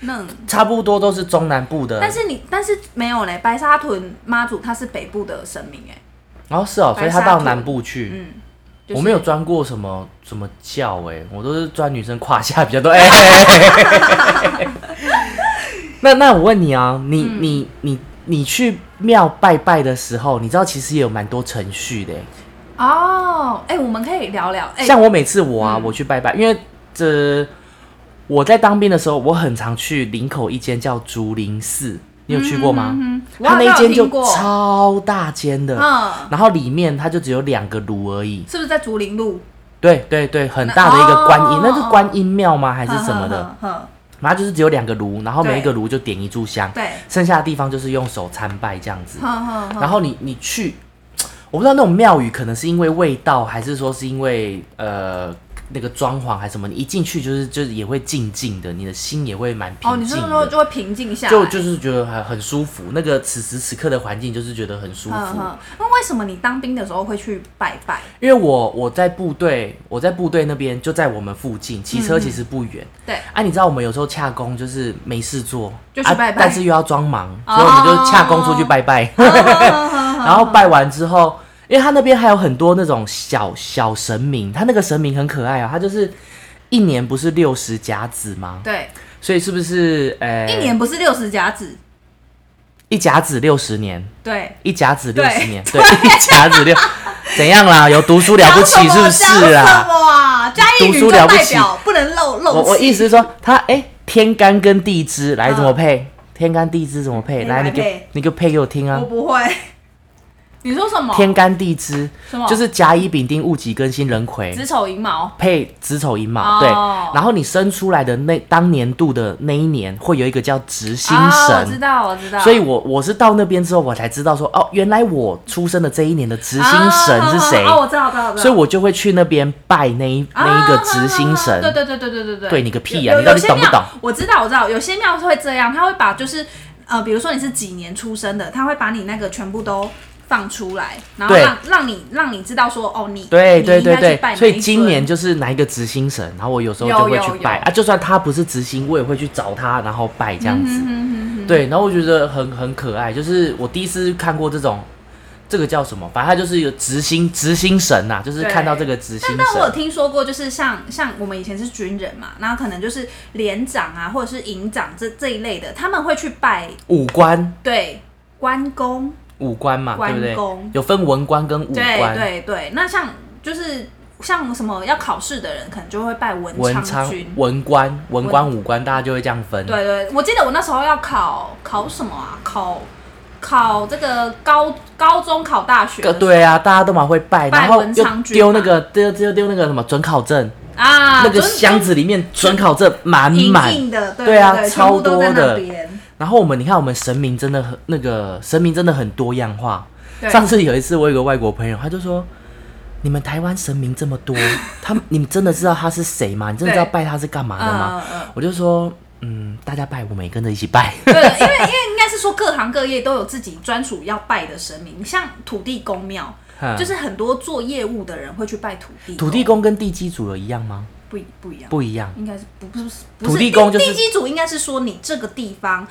Speaker 2: 那。
Speaker 1: 差不多都是中南部的。
Speaker 2: 但是你，但是没有嘞，白沙屯妈祖她是北部的神明哎、
Speaker 1: 然后是哦，所以他
Speaker 2: 白
Speaker 1: 到
Speaker 2: 沙屯
Speaker 1: 南部去。
Speaker 2: 嗯，就是
Speaker 1: 我没有钻过什么什么教哎、我都是钻女生胯下比较 多。 哎、嘿嘿嘿嘿嘿那那我问你啊，你、
Speaker 2: 嗯
Speaker 1: 你你你去庙拜拜的时候，你知道其实也有蛮多程序的、欸
Speaker 2: 哦，哎、我们可以聊聊，哎、
Speaker 1: 像我每次我啊，我去拜拜，因为这我在当兵的时候，我很常去林口一间叫竹林寺，你有去过吗？
Speaker 2: 嗯哼
Speaker 1: 它那一间就
Speaker 2: 我好像有听过
Speaker 1: 超大间的，
Speaker 2: 嗯，
Speaker 1: 然后里面它就只有两个炉而已。
Speaker 2: 是不是在竹林路
Speaker 1: 对对对，很大的一个观音，
Speaker 2: 哦
Speaker 1: 那是观音庙吗？还
Speaker 2: 还
Speaker 1: 是什么的？？
Speaker 2: 呵呵呵
Speaker 1: 然后就是只有两个炉，然后每
Speaker 2: 对
Speaker 1: 一个炉就点一炷香，
Speaker 2: 对，
Speaker 1: 剩下的地方就是用手参拜这样子。
Speaker 2: 呵呵呵
Speaker 1: 然后你你去，我不知道那种庙宇可能是因为味道，还是说是因为呃那个装潢还是什么，你一进去就是就是也会静静的，你的心也会蛮平静的。
Speaker 2: 哦，你是说就会平静下来？
Speaker 1: 就就是觉得很很舒服，那个此时此刻的环境就是觉得很舒服。
Speaker 2: 嗯哼，那为什么你当兵的时候会去拜拜？
Speaker 1: 因为我我在部队，我在部队那边就在我们附近，骑
Speaker 2: 嗯
Speaker 1: 车其实不远。
Speaker 2: 对，
Speaker 1: 啊，你知道我们有时候洽工就是没事做，
Speaker 2: 就去拜
Speaker 1: 啊
Speaker 2: 拜，
Speaker 1: 但是又要装忙，
Speaker 2: 哦
Speaker 1: 所以我们就洽工出去拜拜。 然后拜完之后，因为他那边还有很多那种小小神明，他那个神明很可爱啊，他就是一年不是六十甲子吗？
Speaker 2: 对，
Speaker 1: 所以是不是呃
Speaker 2: 一年不是六十甲子，
Speaker 1: 一甲子六十年，
Speaker 2: 对，
Speaker 1: 一甲子六十
Speaker 2: 对
Speaker 1: 年， 对，一甲子六，怎样啦？有读书了不起是不是
Speaker 2: 讲
Speaker 1: 啊
Speaker 2: 什？么啊？嘉义
Speaker 1: 读
Speaker 2: 女
Speaker 1: 书
Speaker 2: 就
Speaker 1: 了不
Speaker 2: 代
Speaker 1: 起
Speaker 2: 表不能露露
Speaker 1: 我我
Speaker 2: 齿
Speaker 1: 意思是说，他哎、天干跟地支来
Speaker 2: 嗯
Speaker 1: 怎么配？天干地支怎么配？
Speaker 2: 你
Speaker 1: 来，
Speaker 2: 来
Speaker 1: 你给
Speaker 2: 配
Speaker 1: 你给配给我听啊
Speaker 2: 我！不会。你说什么？
Speaker 1: 天干地支
Speaker 2: 什么
Speaker 1: 就是甲乙丙丁戊己庚辛壬癸
Speaker 2: 子丑寅卯，啊
Speaker 1: 配子丑寅卯，
Speaker 2: 哦
Speaker 1: 对。然后你生出来的那当年度的那一年，会有一个叫值星
Speaker 2: 啊，我知
Speaker 1: 神。
Speaker 2: 道，我知道。
Speaker 1: 所以我，我是到那边之后，我才知道说，哦，原来我出生的这一年的值星神是谁，
Speaker 2: 哦，啊我知道，知道，知道。啊
Speaker 1: 所以我就会去那边拜那一、那一个值星神。
Speaker 2: 对对对对对对对，
Speaker 1: 对你个屁呀
Speaker 2: 有
Speaker 1: 你到底
Speaker 2: 有些
Speaker 1: 懂不
Speaker 2: 庙
Speaker 1: 懂
Speaker 2: 我知道我知道，有些庙是会这样，他会把就是呃，比如说你是几年出生的，他会把你那个全部都。放出来，然后
Speaker 1: 对
Speaker 2: 让让你让你知道说哦，你
Speaker 1: 对对
Speaker 2: 你
Speaker 1: 对
Speaker 2: 应该去拜
Speaker 1: 对，
Speaker 2: 哪
Speaker 1: 所
Speaker 2: 一
Speaker 1: 以今
Speaker 2: 尊
Speaker 1: 年就是哪一个执行神，然后我有时候就
Speaker 2: 有
Speaker 1: 会
Speaker 2: 有
Speaker 1: 去拜
Speaker 2: 有
Speaker 1: 啊，就算他不是执行，我也会去找他，然后拜这样子。
Speaker 2: 嗯
Speaker 1: 对，然后我觉得很很可爱，就是我第一次看过这种，这个叫什么？反正他就是有执行执行神呐、啊就是
Speaker 2: 对
Speaker 1: 看到这个执行
Speaker 2: 但但我有
Speaker 1: 神。
Speaker 2: 听说过，就是像像我们以前是军人嘛，然后可能就是连长啊，或者是营长这这一类的，他们会去拜
Speaker 1: 五官
Speaker 2: 对关公，
Speaker 1: 五官嘛，对
Speaker 2: 关
Speaker 1: 不对
Speaker 2: 公？
Speaker 1: 有分文官跟武
Speaker 2: 对
Speaker 1: 官，
Speaker 2: 对对，那像就是像什么要考试的人，可能就会拜文
Speaker 1: 文
Speaker 2: 昌
Speaker 1: 昌
Speaker 2: 君。、
Speaker 1: 文官、文官、武官，大家就会这样分。
Speaker 2: 对对，我记得我那时候要考考什么啊？考考这个高高中考大学
Speaker 1: 个
Speaker 2: 的时候
Speaker 1: 对啊，大家都蛮会拜，
Speaker 2: 拜
Speaker 1: 然后
Speaker 2: 文
Speaker 1: 又
Speaker 2: 昌君
Speaker 1: 丢
Speaker 2: 嘛
Speaker 1: 那个丢丢丢那个什么准考证，
Speaker 2: 啊，
Speaker 1: 那个
Speaker 2: 就是
Speaker 1: 箱子里面准考证满
Speaker 2: 硬
Speaker 1: 满。
Speaker 2: 硬的，对
Speaker 1: 对啊
Speaker 2: 对，全
Speaker 1: 超
Speaker 2: 部都在
Speaker 1: 多
Speaker 2: 那
Speaker 1: 的
Speaker 2: 边。
Speaker 1: 然后我们你看，我们神明真的很那个神明真的很多样化。
Speaker 2: 对
Speaker 1: 上次有一次，我有个外国朋友，他就说：“你们台湾神明这么 多，他们你们真的知道他是谁吗？你真的知道
Speaker 2: 对
Speaker 1: 拜他是干嘛的吗？”
Speaker 2: 嗯嗯嗯
Speaker 1: 我就说：“嗯，大家拜，我们也跟着一起 拜。
Speaker 2: 对，因为因为应该是说各行各业都有自己专属要拜的神明，像土地公庙，
Speaker 1: 嗯
Speaker 2: 就是很多做业务的人会去拜土地
Speaker 1: 土地公跟地基主有一样吗？
Speaker 2: 不一不一样，
Speaker 1: 不一样。
Speaker 2: 应该是不不是不是
Speaker 1: 土地公就是
Speaker 2: 地基主，应该是说你这个地方。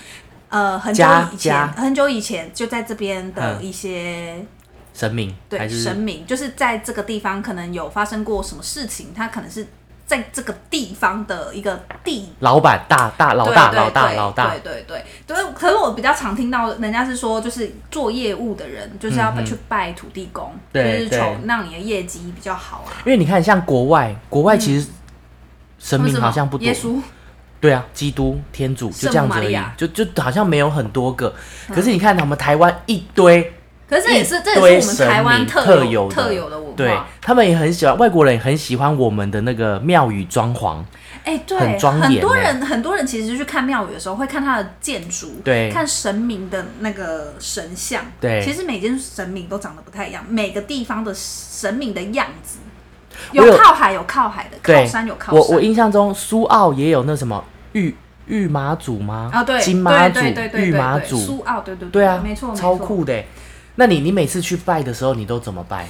Speaker 2: 呃，很久
Speaker 1: 家
Speaker 2: 以
Speaker 1: 家
Speaker 2: 前，很久以前就在这边的
Speaker 1: 嗯
Speaker 2: 一些、
Speaker 1: 神明还
Speaker 2: 对
Speaker 1: 是
Speaker 2: 神明，就是在这个地方可能有发生过什么事情，他可能是在这个地方的一个地
Speaker 1: 老板大大老大
Speaker 2: 对对
Speaker 1: 老大
Speaker 2: 对
Speaker 1: 老大
Speaker 2: 对对对对。可是我比较常听到人家是说，就是做业务的人就是要去拜土地公，
Speaker 1: 对
Speaker 2: 就是求
Speaker 1: 对
Speaker 2: 让你的业绩比较好啊。
Speaker 1: 因为你看，像国外，国外其
Speaker 2: 嗯
Speaker 1: 实神
Speaker 2: 为
Speaker 1: 明
Speaker 2: 什
Speaker 1: 好
Speaker 2: 么
Speaker 1: 像不多
Speaker 2: 耶，稣
Speaker 1: 对啊，基督、天主就
Speaker 2: 圣母
Speaker 1: 这样子而
Speaker 2: 玛利
Speaker 1: 已
Speaker 2: 亚，
Speaker 1: 就就好像没有很多个。可是你看，我们台湾一堆，
Speaker 2: 可是这也是
Speaker 1: 一
Speaker 2: 这也是我
Speaker 1: 堆
Speaker 2: 们
Speaker 1: 神
Speaker 2: 台湾
Speaker 1: 明
Speaker 2: 特
Speaker 1: 有
Speaker 2: 特有
Speaker 1: 的
Speaker 2: 的文化。
Speaker 1: 对他们也很喜欢，外国人也很喜欢我们的那个庙宇装潢，
Speaker 2: 哎、对，
Speaker 1: 很庄严
Speaker 2: 多
Speaker 1: 欸
Speaker 2: 人很多人其实去看庙宇的时候，会看它的建筑，
Speaker 1: 对
Speaker 2: 看神明的那个神像，
Speaker 1: 对
Speaker 2: 其实每间神明都长得不太一样，每个地方的神明的样子，
Speaker 1: 我有
Speaker 2: 有靠海有靠海的，靠
Speaker 1: 对
Speaker 2: 山有靠，山，
Speaker 1: 我我印象中苏澳也有那什么玉玉妈祖吗？
Speaker 2: 啊对，
Speaker 1: 金妈祖
Speaker 2: 对对、对对
Speaker 1: 玉
Speaker 2: 对
Speaker 1: 妈
Speaker 2: 对
Speaker 1: 祖，
Speaker 2: 苏澳，对对
Speaker 1: 对啊，
Speaker 2: 没错，没错
Speaker 1: 超。酷的欸。那你你每次去拜的时候，你都怎么拜？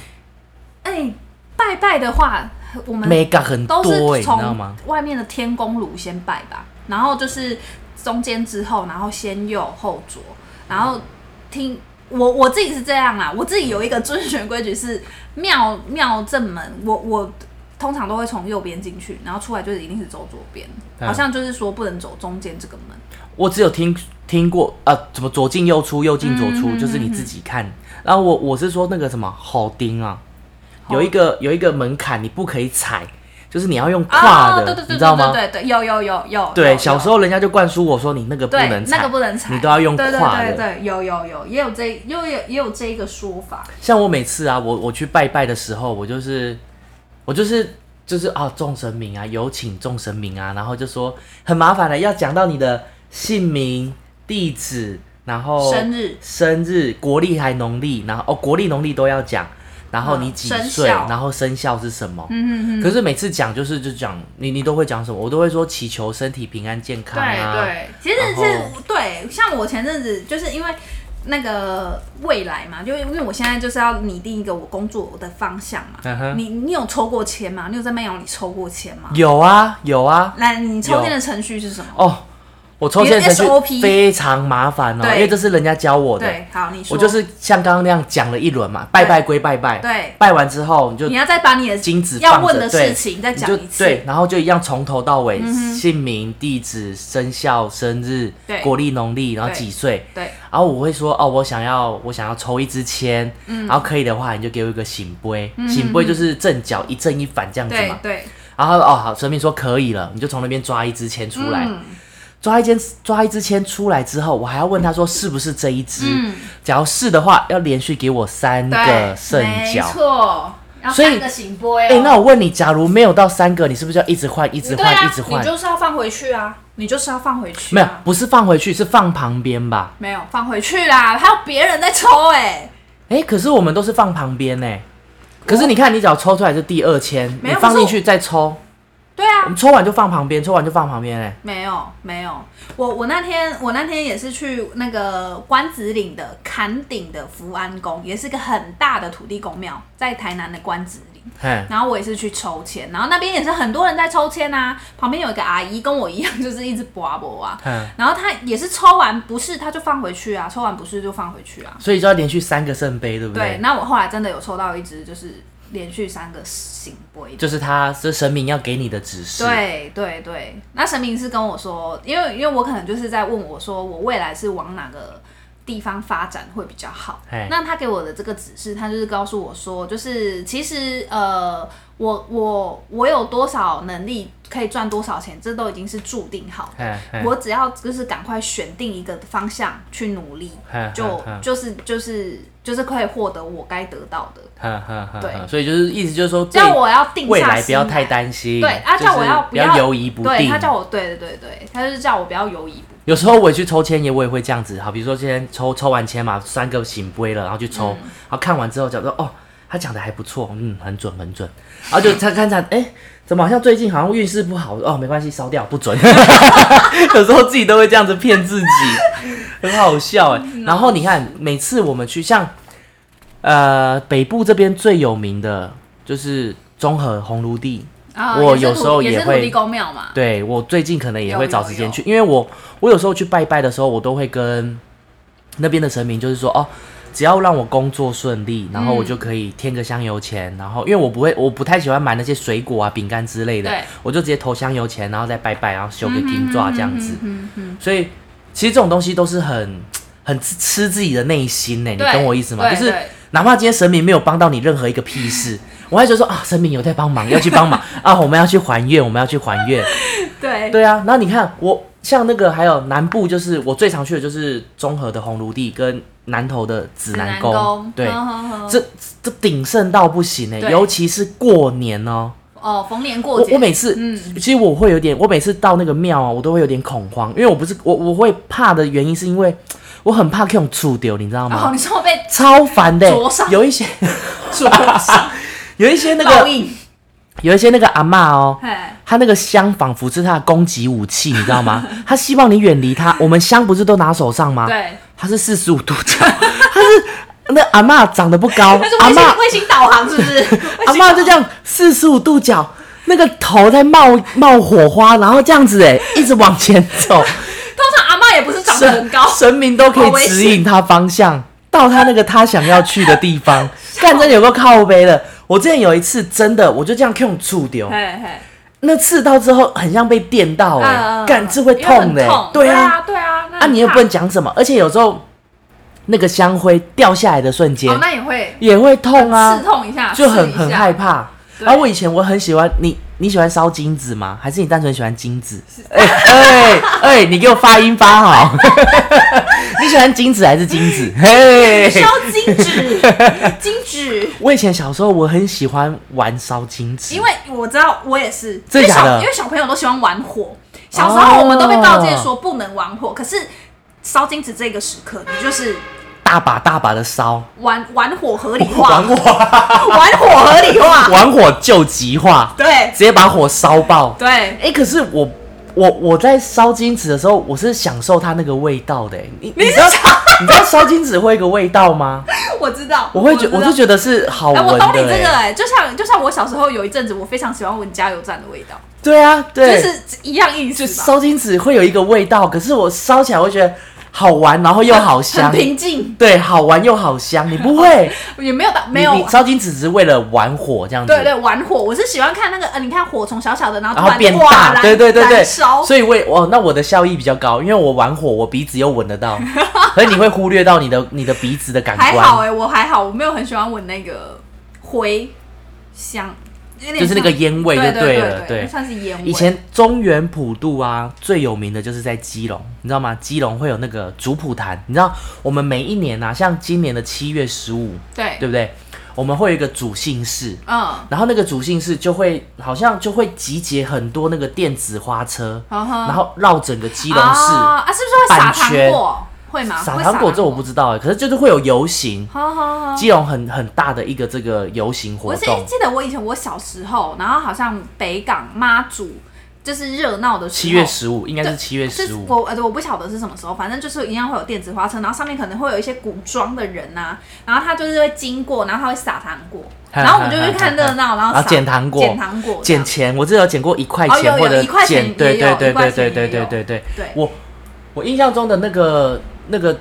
Speaker 2: 哎、拜拜的话，我们
Speaker 1: 美感很
Speaker 2: 都
Speaker 1: 多哎、
Speaker 2: 是
Speaker 1: 你知道吗
Speaker 2: 从？外面的天宫炉先拜吧，然后就是中间之后，然后先右后左，然后听我我自己是这样啦，我自己有一个遵循规矩是庙庙正门，我我通常都会从右边进去，然后出来就是一定是走左边，
Speaker 1: 嗯
Speaker 2: 好像就是说不能走中间这个门。
Speaker 1: 我只有听听过呃，怎么左进右出，右进左出，
Speaker 2: 嗯
Speaker 1: 就是你自己看。然后我我是说那个什么好钉啊，
Speaker 2: 哦
Speaker 1: 有一个有一个门槛你不可以踩，就是你要用跨
Speaker 2: 啊，
Speaker 1: 的，
Speaker 2: 对对对
Speaker 1: 你
Speaker 2: 对
Speaker 1: 知道
Speaker 2: 对
Speaker 1: 吗？
Speaker 2: 对对，有有有有。
Speaker 1: 对，
Speaker 2: 有
Speaker 1: 小时。
Speaker 2: 有
Speaker 1: 候人家就灌输我说你那个不
Speaker 2: 对
Speaker 1: 能，踩，
Speaker 2: 那个不能踩，
Speaker 1: 你都要用
Speaker 2: 对对
Speaker 1: 跨的。
Speaker 2: 对对，有有有，也有这，也有也有这一个说法。
Speaker 1: 像我每次啊，我我去拜拜的时候，我就是我就是就是啊，众神明啊，有请众神明啊，然后就说很麻烦的，要讲到你的姓名、地址，然后
Speaker 2: 生日
Speaker 1: 生日、国历还农历，然后哦，国历农历都要讲。然后你几
Speaker 2: 嗯生
Speaker 1: 岁？
Speaker 2: 肖
Speaker 1: 然后生肖是什么？嗯嗯嗯。可是每次讲就是就讲你你都会讲什么？我都会说祈求身体平安健康啊。
Speaker 2: 对对，其实
Speaker 1: 然后
Speaker 2: 是对，像我前阵子就是因为那个未来嘛，就因为我现在就是要拟定一个我工作的方向嘛。
Speaker 1: 嗯哼
Speaker 2: 你你有抽过签吗？你有在麦阳里抽过签吗？
Speaker 1: 有啊有啊。
Speaker 2: 来，你抽签
Speaker 1: 有
Speaker 2: 的程序是什么？
Speaker 1: 哦，我抽
Speaker 2: 你
Speaker 1: 签
Speaker 2: 的
Speaker 1: 的程
Speaker 2: SOP
Speaker 1: 序非常麻烦哦，
Speaker 2: 对
Speaker 1: 因为这是人家教我的。
Speaker 2: 对，好，你说。
Speaker 1: 我就。是像刚刚那样讲了一轮嘛，拜拜归拜拜，
Speaker 2: 对
Speaker 1: 拜完之后你就
Speaker 2: 你要再把你的
Speaker 1: 金子
Speaker 2: 要
Speaker 1: 放着
Speaker 2: 问的
Speaker 1: 对
Speaker 2: 事情再
Speaker 1: 你
Speaker 2: 讲
Speaker 1: 就
Speaker 2: 一次。嗯
Speaker 1: 对，然后就一样从头到尾，姓名、地址、生肖、生日
Speaker 2: 对、
Speaker 1: 国历、农历，然后
Speaker 2: 对
Speaker 1: 几岁。
Speaker 2: 对
Speaker 1: 然后我会说哦，我想要我想要抽一支签，
Speaker 2: 嗯
Speaker 1: 然后可以的话你就给我一个醒杯，醒杯就是正角一正一反这样子
Speaker 2: 对
Speaker 1: 嘛。
Speaker 2: 嗯对
Speaker 1: 然后他说哦好，神明说可以了，你就从那边抓一支签出来，
Speaker 2: 嗯
Speaker 1: 抓一间抓一支签出来之后，我还要问他说是不是这一支？假如是的话，要连续给我三个
Speaker 2: 嗯对，
Speaker 1: 圣
Speaker 2: 没
Speaker 1: 角。
Speaker 2: 错，要
Speaker 1: 所以
Speaker 2: 三个醒波哎
Speaker 1: 哎、那我问你，假如没有到三个，你是不是要一直换、一直
Speaker 2: 对
Speaker 1: 换、
Speaker 2: 啊
Speaker 1: 一直，换
Speaker 2: 你？就是要放回去啊，你就是要放回去啊。
Speaker 1: 没有，不是放回去，是放旁边吧？
Speaker 2: 没有放回去啦，还有别人在抽哎、
Speaker 1: 哎、可是我们都是放旁边呢、可是你看，你只要抽出来是第二签，
Speaker 2: 没
Speaker 1: 你
Speaker 2: 有
Speaker 1: 放
Speaker 2: 可
Speaker 1: 进
Speaker 2: 是我
Speaker 1: 去再抽，
Speaker 2: 对
Speaker 1: 我
Speaker 2: 啊，
Speaker 1: 们抽完就放旁边，抽完就放旁边哎、
Speaker 2: 没有没有，我我那天我那天也是去那个关子岭的坎顶的福安宫，也是个很大的土地公庙，在台南的关子岭。
Speaker 1: 嘿，
Speaker 2: 然后我也是去抽签，然后那边也是很多人在抽签啊，旁边有一个阿姨跟我一样，就是一直拔博啊。
Speaker 1: 嗯
Speaker 2: 然后她也是抽完不是，她就放回去啊，抽完不是就放回去啊。
Speaker 1: 所以就要连续三个圣杯，对不
Speaker 2: 对，那我后来真的有抽到一只，就是连续三个醒杯，
Speaker 1: 就是他，这神明要给你的指示。
Speaker 2: 对对对，那神明是跟我说，因为因为我可能就是在问我说，我未来是往哪个地方发展会比较好
Speaker 1: 嘿。
Speaker 2: 那他给我的这个指示，他就是告诉我说，就是其实呃，我我我有多少能力可以赚多少钱，这都已经是注定好的。
Speaker 1: 嘿嘿
Speaker 2: 我只要就是赶快选定一个方向去努力
Speaker 1: 嘿嘿，
Speaker 2: 就
Speaker 1: 嘿
Speaker 2: 就是就是就是可以获得我该得到的。
Speaker 1: 哈哈哈，
Speaker 2: 对
Speaker 1: 所以就是意思就是说，
Speaker 2: 这样我要定
Speaker 1: 未
Speaker 2: 下
Speaker 1: 来
Speaker 2: 心
Speaker 1: 不要太
Speaker 2: 来
Speaker 1: 担心，
Speaker 2: 对，啊，
Speaker 1: 就是
Speaker 2: 叫我要
Speaker 1: 不
Speaker 2: 要
Speaker 1: 要犹疑不
Speaker 2: 对
Speaker 1: 定。
Speaker 2: 他叫我对对对对，他就是叫我不要犹疑不定。
Speaker 1: 有时候我去抽签也我也会这样子，好，比如说今天抽抽完签嘛，三个醒杯了，然后去抽，然后看完之后讲说，哦，他讲的还不错，嗯，很准很准，然后就他看看，哎、怎么好像最近好像运势不好？哦，没关系，烧掉不准。有时候自己都会这样子骗自己，很好笑哎。然后你看，每次我们去像呃北部这边最有名的就是中和红炉地，
Speaker 2: 啊
Speaker 1: 我
Speaker 2: 也是
Speaker 1: 有
Speaker 2: 土
Speaker 1: 时候
Speaker 2: 也
Speaker 1: 也
Speaker 2: 是土
Speaker 1: 会
Speaker 2: 地公庙嘛，
Speaker 1: 对我最近可能也会
Speaker 2: 有
Speaker 1: 找
Speaker 2: 有
Speaker 1: 时间去，因为我我有时候去拜拜的时候，我都会跟那边的神明就是说哦。只要让我工作顺利，然后
Speaker 2: 嗯
Speaker 1: 我就可以添个香油钱，然后因为我不会，我不太喜欢买那些水果啊、饼干之类的
Speaker 2: 对，
Speaker 1: 我就直接投香油钱，然后再拜拜，然后修个金爪啊这样子。
Speaker 2: 嗯嗯，
Speaker 1: 所以其实这种东西都是很很吃吃自己的内心呢，你
Speaker 2: 对
Speaker 1: 懂我意思吗？
Speaker 2: 对
Speaker 1: 就是
Speaker 2: 对
Speaker 1: 哪怕今天神明没有帮到你任何一个屁事，我还觉得说啊，神明有在帮忙，要去帮忙 啊，我们要去还愿，我们要去还愿。
Speaker 2: 对
Speaker 1: 对啊，然后你看我像那个还有南部，就是我最常去的就是中和的红炉地跟南投的指
Speaker 2: 指
Speaker 1: 南
Speaker 2: 南
Speaker 1: 宫，
Speaker 2: 宫
Speaker 1: 对。
Speaker 2: 呵呵呵
Speaker 1: 这这鼎盛到不行呢、
Speaker 2: 对
Speaker 1: 尤其是过年哦、
Speaker 2: 哦，逢年过
Speaker 1: 我
Speaker 2: 节，嗯
Speaker 1: 我每次，其实我会有点，我每次到那个庙啊，我都会有点恐慌，因为我不是我我会怕的原因是因为我很怕这种触丢，你知道
Speaker 2: 哦，
Speaker 1: 吗？
Speaker 2: 你说我被
Speaker 1: 超烦的、
Speaker 2: 灼伤
Speaker 1: 有一些
Speaker 2: 主播上
Speaker 1: 有一些那
Speaker 2: 报
Speaker 1: 个
Speaker 2: 应，
Speaker 1: 有一些那个阿嬷哦、
Speaker 2: 哎，
Speaker 1: 她那个香仿佛是她的攻击武器，你知道 吗？她希望你远离她。我们香不是都拿手上吗？
Speaker 2: 对，
Speaker 1: 她是四十五度角，她是那阿嬷长得不 高
Speaker 2: 但是，
Speaker 1: 阿
Speaker 2: 卫
Speaker 1: 嬷
Speaker 2: 星卫星导航是不是？卫
Speaker 1: 阿
Speaker 2: 星
Speaker 1: 妈
Speaker 2: 导
Speaker 1: 就这样四十五度角，那个头在冒冒火花，然后这样子哎，一直往前走，
Speaker 2: 通常阿嬷也不是 长得很高，
Speaker 1: 神明都可
Speaker 2: 好
Speaker 1: 以
Speaker 2: 危
Speaker 1: 指
Speaker 2: 险
Speaker 1: 引他方向，到他那个他想要去的地 方。干真的有个靠背的，我之前有一次真的，我就这样 Q 触丢，
Speaker 2: 嘿嘿，
Speaker 1: 那刺到之后很像被电到哎，
Speaker 2: 嗯
Speaker 1: 干这会
Speaker 2: 因为很
Speaker 1: 痛的
Speaker 2: 痛，，
Speaker 1: 对啊，
Speaker 2: 啊，对啊，那
Speaker 1: 啊你又不能
Speaker 2: 很
Speaker 1: 讲什么，而且有时候那个香灰掉下来的瞬
Speaker 2: 怕
Speaker 1: 间
Speaker 2: 哦，那也会
Speaker 1: 也会痛啊
Speaker 2: 刺，痛一下，
Speaker 1: 就很
Speaker 2: 刺一
Speaker 1: 很
Speaker 2: 下
Speaker 1: 害怕。
Speaker 2: 对
Speaker 1: 然后我以前我很喜欢你，你喜欢烧金子吗？还是你单纯喜欢金子？哎哎哎，你给我发音发好。 你喜欢金子还是金子？嘿，
Speaker 2: 烧金纸，金纸。
Speaker 1: 我以前小时候我很喜欢玩烧金子，
Speaker 2: 因为我知道我也是，
Speaker 1: 真的
Speaker 2: 因为
Speaker 1: 假的
Speaker 2: 小因为小朋友都喜欢玩火，小时候我们都被告诫说不能玩火，可是烧金纸这个时刻，你就是
Speaker 1: 大把大把的烧，
Speaker 2: 玩玩火合理 化，
Speaker 1: 玩火
Speaker 2: 玩火合理化，
Speaker 1: 玩火救急化，
Speaker 2: 对
Speaker 1: 直接把火烧爆。
Speaker 2: 对，
Speaker 1: 哎，可是我。我我在烧金子的时候，我是享受它那个味道的。哎你你知道你知道烧金子会有一个味道吗？
Speaker 2: 我知道，
Speaker 1: 我会觉，我
Speaker 2: 我
Speaker 1: 就觉得是好
Speaker 2: 哎、
Speaker 1: 闻的、
Speaker 2: 我懂你这个
Speaker 1: 哎
Speaker 2: 哎、就像就像我小时候有一阵子，我非常喜欢闻加油站的味道，
Speaker 1: 对啊，
Speaker 2: 就
Speaker 1: 对，
Speaker 2: 是一样意思吧，
Speaker 1: 烧金纸会有一个味道，可是我烧起来会觉得好玩，然后又好香
Speaker 2: 很，平静，
Speaker 1: 对，好玩又好香。你不会，
Speaker 2: 也没有到
Speaker 1: 你
Speaker 2: 没有
Speaker 1: 你烧金纸只是为了玩火这样子，
Speaker 2: 对对玩火，我是喜欢看那个呃，你看火从小小的，然后
Speaker 1: 然
Speaker 2: 突
Speaker 1: 后
Speaker 2: 然
Speaker 1: 啊变
Speaker 2: 哇
Speaker 1: 大，
Speaker 2: 燃
Speaker 1: 对对对对，
Speaker 2: 燃烧，
Speaker 1: 所以我也哦，那我的效益比较高，因为我玩火，我鼻子又闻得 到，可是你会忽略到你的你的鼻子的感
Speaker 2: 还好
Speaker 1: 官，
Speaker 2: 哎、我还好，我没有很喜欢闻那个灰香，有点
Speaker 1: 就是那个
Speaker 2: 像
Speaker 1: 烟味就
Speaker 2: 对对
Speaker 1: 了，
Speaker 2: 对，那算是烟味。
Speaker 1: 以前中原普渡啊，最有名的就是在基隆，你知道吗？基隆会有那个主普坛，你知道我们每一年啊，像今年的七月十五，
Speaker 2: 对
Speaker 1: 对不对？我们会有一个主姓氏，
Speaker 2: 嗯，
Speaker 1: 然后那个主姓氏就会好像就会集结很多那个电子花车，
Speaker 2: 嗯哼
Speaker 1: 然后绕整个基隆市。
Speaker 2: 啊啊，是不是会撒
Speaker 1: 半圈
Speaker 2: 糖果？会吗？
Speaker 1: 撒
Speaker 2: 会
Speaker 1: 糖果这我不知道哎，可是就是会有游行，
Speaker 2: 好好好。
Speaker 1: 基隆很很大的一个这个游行活
Speaker 2: 我是
Speaker 1: 动，
Speaker 2: 记得我以前我小时候，然后好像北港妈祖就是热闹的时候，
Speaker 1: 七月十五应该是七月
Speaker 2: 就是
Speaker 1: 十五，
Speaker 2: 我呃我不晓得是什么时候，反正就是一样会有电子花车，然后上面可能会有一些古装的人呐、然后他就是会经过，然后他会撒糖果，然后我们就去看热闹，然后
Speaker 1: 然
Speaker 2: 撒
Speaker 1: 后捡糖果
Speaker 2: 捡糖果，
Speaker 1: 捡钱，我记得有捡过一块
Speaker 2: 哦
Speaker 1: 钱
Speaker 2: 有有
Speaker 1: 或者
Speaker 2: 一块钱
Speaker 1: 捡，对
Speaker 2: 也
Speaker 1: 对
Speaker 2: 有
Speaker 1: 对
Speaker 2: 一块
Speaker 1: 对
Speaker 2: 钱
Speaker 1: 对对
Speaker 2: 也有
Speaker 1: 对对对
Speaker 2: 对
Speaker 1: 我我印象中的那个那个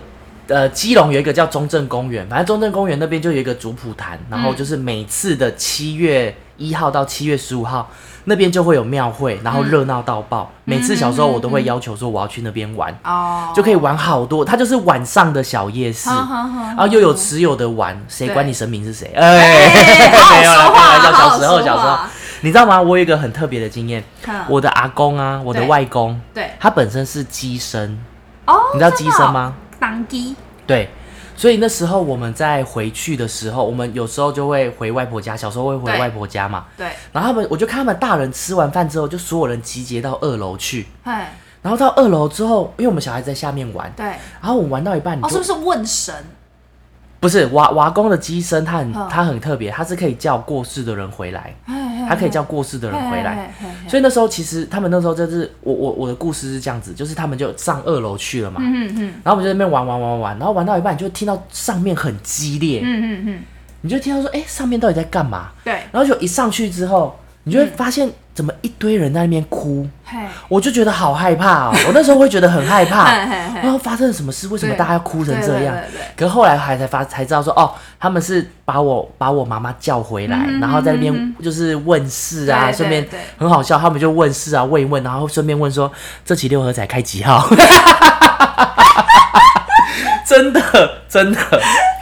Speaker 1: 呃，基隆有一个叫中正公园，反正中正公园那边就有一个主普坛，然后就是每次的七月一号到七月十五号，那边就会有庙会，然后热闹到爆。
Speaker 2: 嗯
Speaker 1: 每次小时候我都会要求说我要去那边玩，
Speaker 2: 哦，
Speaker 1: 就可以玩好多。它就是晚上的小夜市，
Speaker 2: 好好好
Speaker 1: 然后啊又有吃有的玩，谁管你神明是谁？
Speaker 2: 哎
Speaker 1: 哎，
Speaker 2: 好好
Speaker 1: 没有啦
Speaker 2: 说
Speaker 1: 开
Speaker 2: 话
Speaker 1: 玩笑
Speaker 2: 好好
Speaker 1: 小时候，
Speaker 2: 说
Speaker 1: 小时候
Speaker 2: 话，
Speaker 1: 你知道吗？我有一个很特别的经验，
Speaker 2: 嗯
Speaker 1: 我的阿公啊，我的
Speaker 2: 对
Speaker 1: 外公，
Speaker 2: 对
Speaker 1: 他本身是鸡生，
Speaker 2: 哦，
Speaker 1: 你知道鸡生吗？
Speaker 2: 真的哦？当鸡，
Speaker 1: 对，所以那时候我们在回去的时候，我们有时候就会回外婆家，小时候会回
Speaker 2: 对
Speaker 1: 外婆家嘛。
Speaker 2: 对，
Speaker 1: 然后他们，我就看他们大人吃完饭之后，就所有人集结到二楼去。
Speaker 2: 哎，
Speaker 1: 然后到二楼之后，因为我们小孩子在下面玩，
Speaker 2: 对，
Speaker 1: 然后我们玩到一半，你
Speaker 2: 哦，
Speaker 1: 就是
Speaker 2: 不是问神？
Speaker 1: 不是瓦瓦工的机身，它很
Speaker 2: 嗯
Speaker 1: 它很特别，它是可以叫过世的人回来，
Speaker 2: 他
Speaker 1: 它可以叫过世的人回
Speaker 2: 嗯
Speaker 1: 来。，所
Speaker 2: 以，
Speaker 1: 以那时候其实他们那时候就是我我我的故事是这样子，就是他们就上二楼去了嘛，
Speaker 2: 嗯嗯嗯
Speaker 1: 然后我们就在那边玩玩玩玩，然后玩到一半你就听到上面很激烈，
Speaker 2: 嗯嗯嗯，
Speaker 1: 你就听到说，哎、上面到底在干嘛？
Speaker 2: 对，
Speaker 1: 然后就一上去之后，你就会
Speaker 2: 嗯
Speaker 1: 发现怎么一堆人在那边哭，
Speaker 2: 嘿，
Speaker 1: 我就觉得好害 怕哦，我那时候会觉得很害怕
Speaker 2: 嘿嘿，嘿
Speaker 1: 然后发生了什么事？为什么
Speaker 2: 对
Speaker 1: 大家哭成这样
Speaker 2: 对对对对？
Speaker 1: 可后来还才发才知道说，哦，他们是把我把我妈妈叫回来，
Speaker 2: 嗯
Speaker 1: 然后在那边就是问事啊，
Speaker 2: 对对
Speaker 1: 顺便
Speaker 2: 对
Speaker 1: 很好笑，他们就问事啊，问一问，然后顺便问说这期六合彩开几号？ 真的真的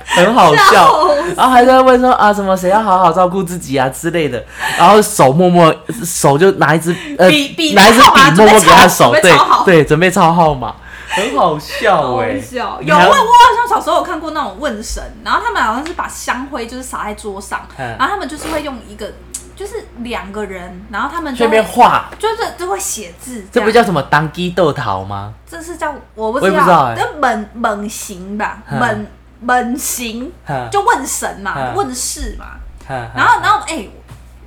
Speaker 1: 很好笑
Speaker 2: 笑死，
Speaker 1: 然后还在问说啊什么谁要好好照顾自己啊之类的，然后手默默手就拿一支呃
Speaker 2: 笔笔
Speaker 1: 拿一支
Speaker 2: 号码
Speaker 1: 笔默默给他手，
Speaker 2: 准备
Speaker 1: 对
Speaker 2: 抄好
Speaker 1: 对，准备抄号码，很好笑哎、
Speaker 2: 好
Speaker 1: 欸，
Speaker 2: 笑，
Speaker 1: 你
Speaker 2: 有
Speaker 1: 还
Speaker 2: 问我好像小时候有看过那种问神，然后他们好像是把香灰就是撒在桌上，
Speaker 1: 嗯
Speaker 2: 然后他们就是会用一个就是两个人，然后他们就
Speaker 1: 顺
Speaker 2: 会
Speaker 1: 便画，
Speaker 2: 就是就会写字，
Speaker 1: 这不
Speaker 2: 样
Speaker 1: 叫什么当机豆桃吗？
Speaker 2: 这是叫我不
Speaker 1: 我也不知道欸
Speaker 2: 这本本行吧，
Speaker 1: 嗯
Speaker 2: 本本行
Speaker 1: 嗯
Speaker 2: 就问神嘛，
Speaker 1: 嗯
Speaker 2: 问事嘛，然
Speaker 1: 然
Speaker 2: 后，然后，哎、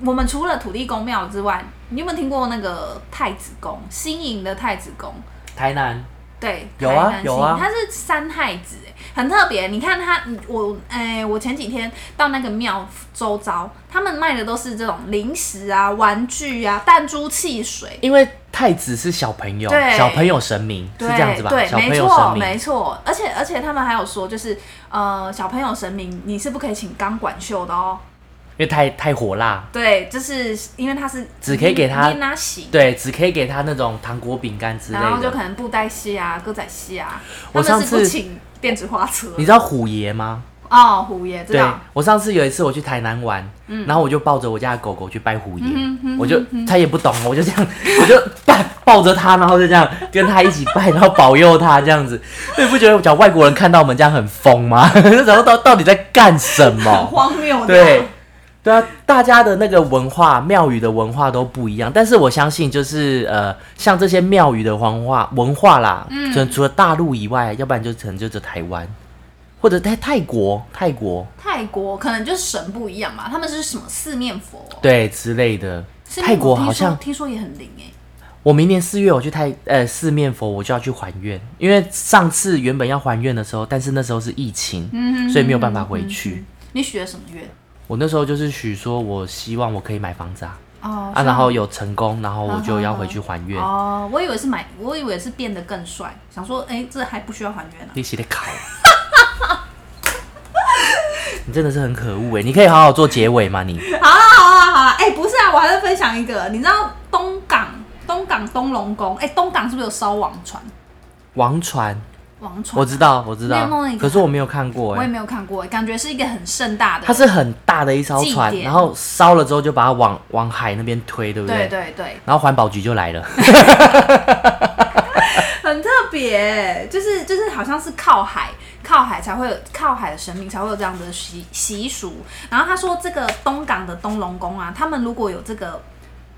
Speaker 2: 我们除了土地公庙之外，你有没有听过那个太子宫？新营的太子宫，
Speaker 1: 台南
Speaker 2: 对，
Speaker 1: 有
Speaker 2: 台
Speaker 1: 啊
Speaker 2: 南
Speaker 1: 有
Speaker 2: 新营
Speaker 1: 啊
Speaker 2: 它是三亥子，哎很特别。你看它，嗯我，哎、我前几天到那个庙周遭，他们卖的都是这种零食啊、玩具啊、弹珠汽水，
Speaker 1: 因为太子是小朋友，
Speaker 2: 对
Speaker 1: 小朋友神明是
Speaker 2: 对
Speaker 1: 这样子吧？
Speaker 2: 对，
Speaker 1: 小朋
Speaker 2: 没
Speaker 1: 友
Speaker 2: 错，
Speaker 1: 神
Speaker 2: 没
Speaker 1: 明，
Speaker 2: 错。而且而且他们还有说，就是呃，小朋友神明你是不可以请钢管秀的哦。
Speaker 1: 因为太太火辣，
Speaker 2: 对，就是因为他是
Speaker 1: 只可以给他
Speaker 2: 捏他洗，
Speaker 1: 对，只可以给他那种糖果、饼干之类
Speaker 2: 然后就可
Speaker 1: 的。
Speaker 2: 能布袋戏啊、歌仔戏啊，
Speaker 1: 我
Speaker 2: 他
Speaker 1: 上
Speaker 2: 们
Speaker 1: 次
Speaker 2: 是不请电子花车
Speaker 1: 你知道虎爷吗？
Speaker 2: 哦，虎爷知
Speaker 1: 对
Speaker 2: 道，嗯
Speaker 1: 我上次有一次我去台南玩，然后我就抱着我家的狗狗去拜虎爷，我就他也不懂，我就这样， 我就抱抱着它，然后就这样跟它一起拜，然后保佑它这样子。你不觉得我讲外国人看到我们这样很疯吗？ 然后到到底在干什
Speaker 2: 很
Speaker 1: 么？
Speaker 2: 荒谬的，
Speaker 1: 对，对啊，大家的那个文化，庙宇的文化都不一样。但是我相信，就是呃，像这些庙宇的文化文化啦，嗯，除除了大陆以外，要不然就可能就只有台湾，或者在泰国、泰国
Speaker 2: 泰国可能就是神不一样吧，他们是什么四面佛哦，
Speaker 1: 对之类的。
Speaker 2: 四面佛
Speaker 1: 泰国
Speaker 2: 听
Speaker 1: 好
Speaker 2: 说
Speaker 1: 像，
Speaker 2: 听说也很灵哎，
Speaker 1: 我明年四月我去泰呃四面佛，我就要去还愿，因为上次原本要还愿的时候，但是那时候是疫情，
Speaker 2: 嗯
Speaker 1: 所以没有办法回去。
Speaker 2: 你许了什么愿？
Speaker 1: 我那时候就是许说，我希望我可以买房子啊，
Speaker 2: 哦
Speaker 1: 啊，然后有成功，然后我就要
Speaker 2: 好好
Speaker 1: 回去还愿。
Speaker 2: 哦，我以为是买，我以为是变得更帅，想说哎，这还不需要还愿啊。
Speaker 1: 你写的考， 你真的是很可恶哎！你可以好好做结尾吗？你
Speaker 2: 好啦啊好啦好啦，哎、不是啊，我还会分享一个，你知道东港东港东龙宫，哎、东港是不是有烧王船？
Speaker 1: 王传，
Speaker 2: 王船，
Speaker 1: 我知道，欸我知
Speaker 2: 你
Speaker 1: 道
Speaker 2: 有梦一，个
Speaker 1: 可是我没有看过
Speaker 2: 我也
Speaker 1: 哎。
Speaker 2: 没有看过，感觉是一个很盛大的，
Speaker 1: 它是很大的一艘
Speaker 2: 祭
Speaker 1: 船，
Speaker 2: 典
Speaker 1: 然后烧了之后就把它往往海那边推，对不
Speaker 2: 对对对，
Speaker 1: 然后环保局就来 了，
Speaker 2: 很特别，欸就是就是好像是靠海，靠海才会有靠海的神明才会有这样的习习俗。然后他说，这个东港的东龙宫啊，他们如果有这个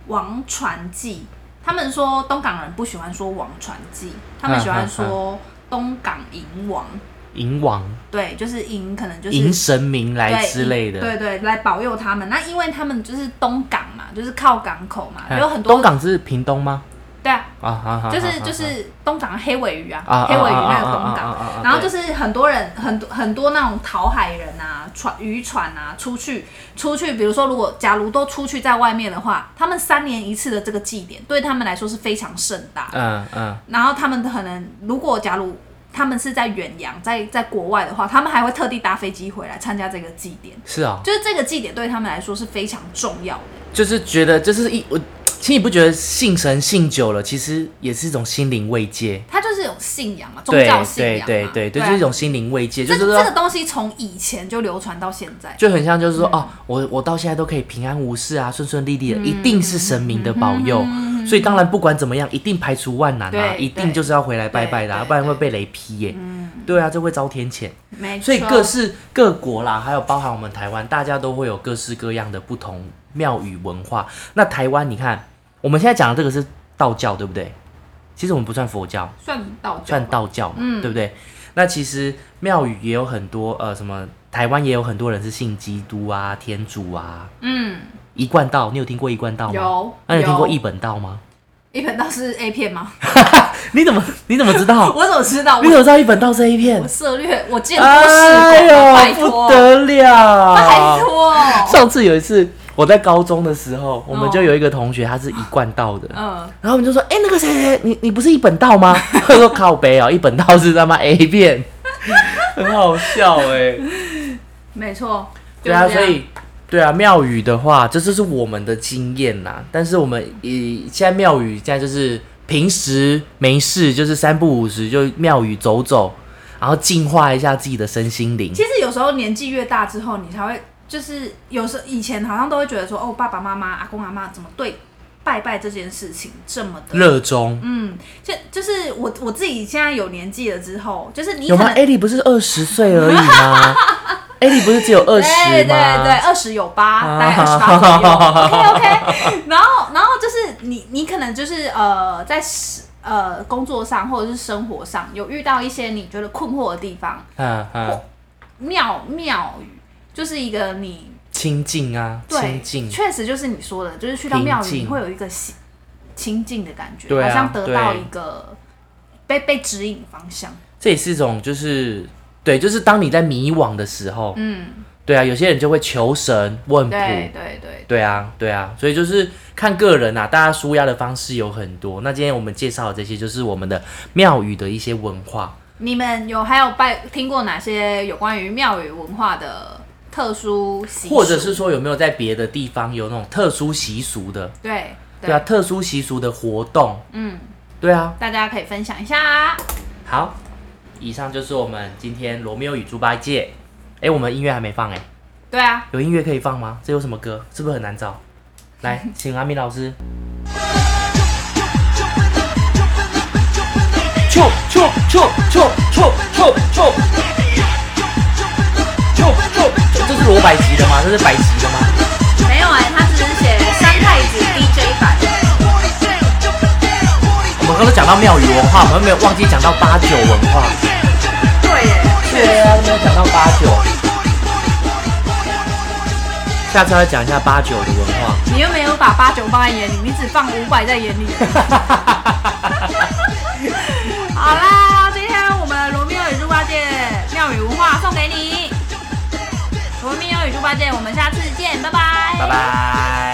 Speaker 2: 王传记，他们说东港人不喜欢说王传记，他们喜欢
Speaker 1: 嗯
Speaker 2: 说东港迎王。
Speaker 1: 迎王、
Speaker 2: 对，就是迎，可能就是
Speaker 1: 迎神明来
Speaker 2: 对
Speaker 1: 之类的。
Speaker 2: 对对，来保佑他们。那因为他们就是东港嘛，就是靠港口嘛，
Speaker 1: 嗯
Speaker 2: 有很多
Speaker 1: 东港是屏东吗？
Speaker 2: 对啊，
Speaker 1: 啊啊啊！
Speaker 2: 就是
Speaker 1: 啊
Speaker 2: 就是东港的黑尾鱼啊，
Speaker 1: 啊
Speaker 2: 黑尾鱼那个
Speaker 1: 啊啊啊
Speaker 2: 东
Speaker 1: 啊啊啊啊
Speaker 2: 港
Speaker 1: 啊，
Speaker 2: 然后就是很多人很多很多那种淘海人啊，船渔船啊出去出去，比如说如果假如都出去在外面的话，他们三年一次的这
Speaker 1: 呃
Speaker 2: 个祭典对他们来说是非常盛大的
Speaker 1: 嗯嗯，
Speaker 2: 然后他们可能如果假如他们是在远洋，在在国外的话，他们还会特地搭飞机回来参加这个祭典，
Speaker 1: 是啊，
Speaker 2: 就是这个祭典对他们来说是非常重要的。
Speaker 1: 就是觉得就是一我，其实你不觉得信神信久了，其实也是一种心灵慰藉。
Speaker 2: 它就是一种信仰嘛，啊宗
Speaker 1: 对
Speaker 2: 教信
Speaker 1: 对
Speaker 2: 仰嘛，
Speaker 1: 对对对，
Speaker 2: 啊
Speaker 1: 就是一种心灵慰藉，就
Speaker 2: 这
Speaker 1: 是
Speaker 2: 个
Speaker 1: 说
Speaker 2: 这个东西从以前就流传到现在，
Speaker 1: 就很像，就是
Speaker 2: 嗯
Speaker 1: 说，哦，我我到现在都可以平安无事啊，顺顺利利的，一定是神明的保
Speaker 2: 嗯
Speaker 1: 佑。所以当然不管怎么样，一定排除万难啊，
Speaker 2: 对
Speaker 1: 一定就是要回来拜拜的、啊，
Speaker 2: 对对嗯啊
Speaker 1: 不然会被雷劈耶、对啊，这会遭天谴。
Speaker 2: 没错。
Speaker 1: 所以各式各国啦，还有包含我们台湾，大家都会有各式各样的不同庙宇文化。那台湾，你看我们现在讲的这个是道教，对不对？其实我们不算佛教，
Speaker 2: 算道教
Speaker 1: 算
Speaker 2: 吧，
Speaker 1: 道教嘛，
Speaker 2: 嗯
Speaker 1: 对不对？那其实庙宇也有很多，呃，什么台湾也有很多人是信基督啊、天主啊。
Speaker 2: 嗯，
Speaker 1: 一贯道，你有听过一贯道吗？。
Speaker 2: 有。
Speaker 1: 那、你有听过一
Speaker 2: 一
Speaker 1: 本道吗？
Speaker 2: 一本道是 A 片吗？
Speaker 1: 你怎么你怎么知道？
Speaker 2: 我怎么知道？
Speaker 1: 你怎
Speaker 2: 我
Speaker 1: 么知道一本道这一片
Speaker 2: 我？涉略，我见多识广，
Speaker 1: 哎
Speaker 2: 拜
Speaker 1: 呦，
Speaker 2: 托
Speaker 1: 不，得了！
Speaker 2: 拜托。
Speaker 1: 上次有一次我在高中的时候，我们就有一个同学，他是一贯道的，
Speaker 2: 嗯，
Speaker 1: 然后我们就说，哎、那个谁谁，谁你你不是一本道吗？ 他说靠北哦，一本道是他妈 A 片， 很好笑哎、
Speaker 2: 没错。就
Speaker 1: 对
Speaker 2: 是
Speaker 1: 啊，
Speaker 2: 这
Speaker 1: 所
Speaker 2: 样
Speaker 1: 以对啊，庙宇的话，这就是我们的经验啦。但是我们以现在庙宇现在就是平时没事，就是三不五时就庙宇走走，然后净化一下自己的身心灵。
Speaker 2: 其实有时候年纪越大之后，你才会就是有时候以前好像都会觉得说，哦，爸爸妈妈、阿公阿妈怎么对拜拜这件事情这么的，
Speaker 1: 热衷、
Speaker 2: 嗯，就就是我我自己现在有年纪了之后，就是你
Speaker 1: 有
Speaker 2: 可
Speaker 1: 吗
Speaker 2: 能？
Speaker 1: 艾莉不是二十岁而已 吗艾莉不是只有二十吗？
Speaker 2: 对对对，二十有八，
Speaker 1: 啊
Speaker 2: 大概二十八左右。OK OK，然 后然后就是你你可能就是呃在呃工作上或者是生活上有遇到一些你觉得困惑的地方，
Speaker 1: 嗯嗯，
Speaker 2: 庙庙宇就是一个你
Speaker 1: 清净啊，
Speaker 2: 对
Speaker 1: 清，净，
Speaker 2: 确实就是你说的，就是去到
Speaker 1: 平
Speaker 2: 庙宇，
Speaker 1: 静
Speaker 2: 你会有一个喜清静的感觉，
Speaker 1: 对啊
Speaker 2: 好像得到
Speaker 1: 对
Speaker 2: 一个被被指引方向。
Speaker 1: 这也是一种就是对，就是当你在迷惘的时候，
Speaker 2: 嗯，
Speaker 1: 对啊，有些人就会求神问卜，
Speaker 2: 对对对，
Speaker 1: 对啊，对啊，所以就是看个人啊，大家舒压的方式有很多。那今天我们介绍的这些，就是我们的庙宇的一些文化。
Speaker 2: 你们有还有拜听过哪些有关于庙宇文化的特殊习俗，
Speaker 1: 或者是说有没有在别的地方有那种特殊习俗的？
Speaker 2: 对
Speaker 1: 对啊，，特殊习俗的活动，
Speaker 2: 嗯，
Speaker 1: 对啊。
Speaker 2: 大家可以分享一下啊。
Speaker 1: 好，以上就是我们今天《罗密欧与猪八戒》。哎，我们音乐还没放哎、
Speaker 2: 对啊，
Speaker 1: 有音乐可以放吗？这有什么歌？是不是很难找？ 来，请阿米老师。啾啾啾啾啾啾啾啾啾！这是罗百吉的吗？这是百吉的吗？
Speaker 2: 没有哎、他只是写三太子 DJ 版，
Speaker 1: 我们刚刚讲到庙宇文化，我们没有忘记讲到八九文化。
Speaker 2: 对耶，
Speaker 1: 对啊，没有讲到八九。下次要讲一下八九的文化。
Speaker 2: 你又没有把八九放在眼里，你只放五百 在眼里。 好啦，今天我们罗密欧与猪八戒妙语文化送给你。罗密欧与猪八戒，我们下次见，拜拜，
Speaker 1: 拜。拜。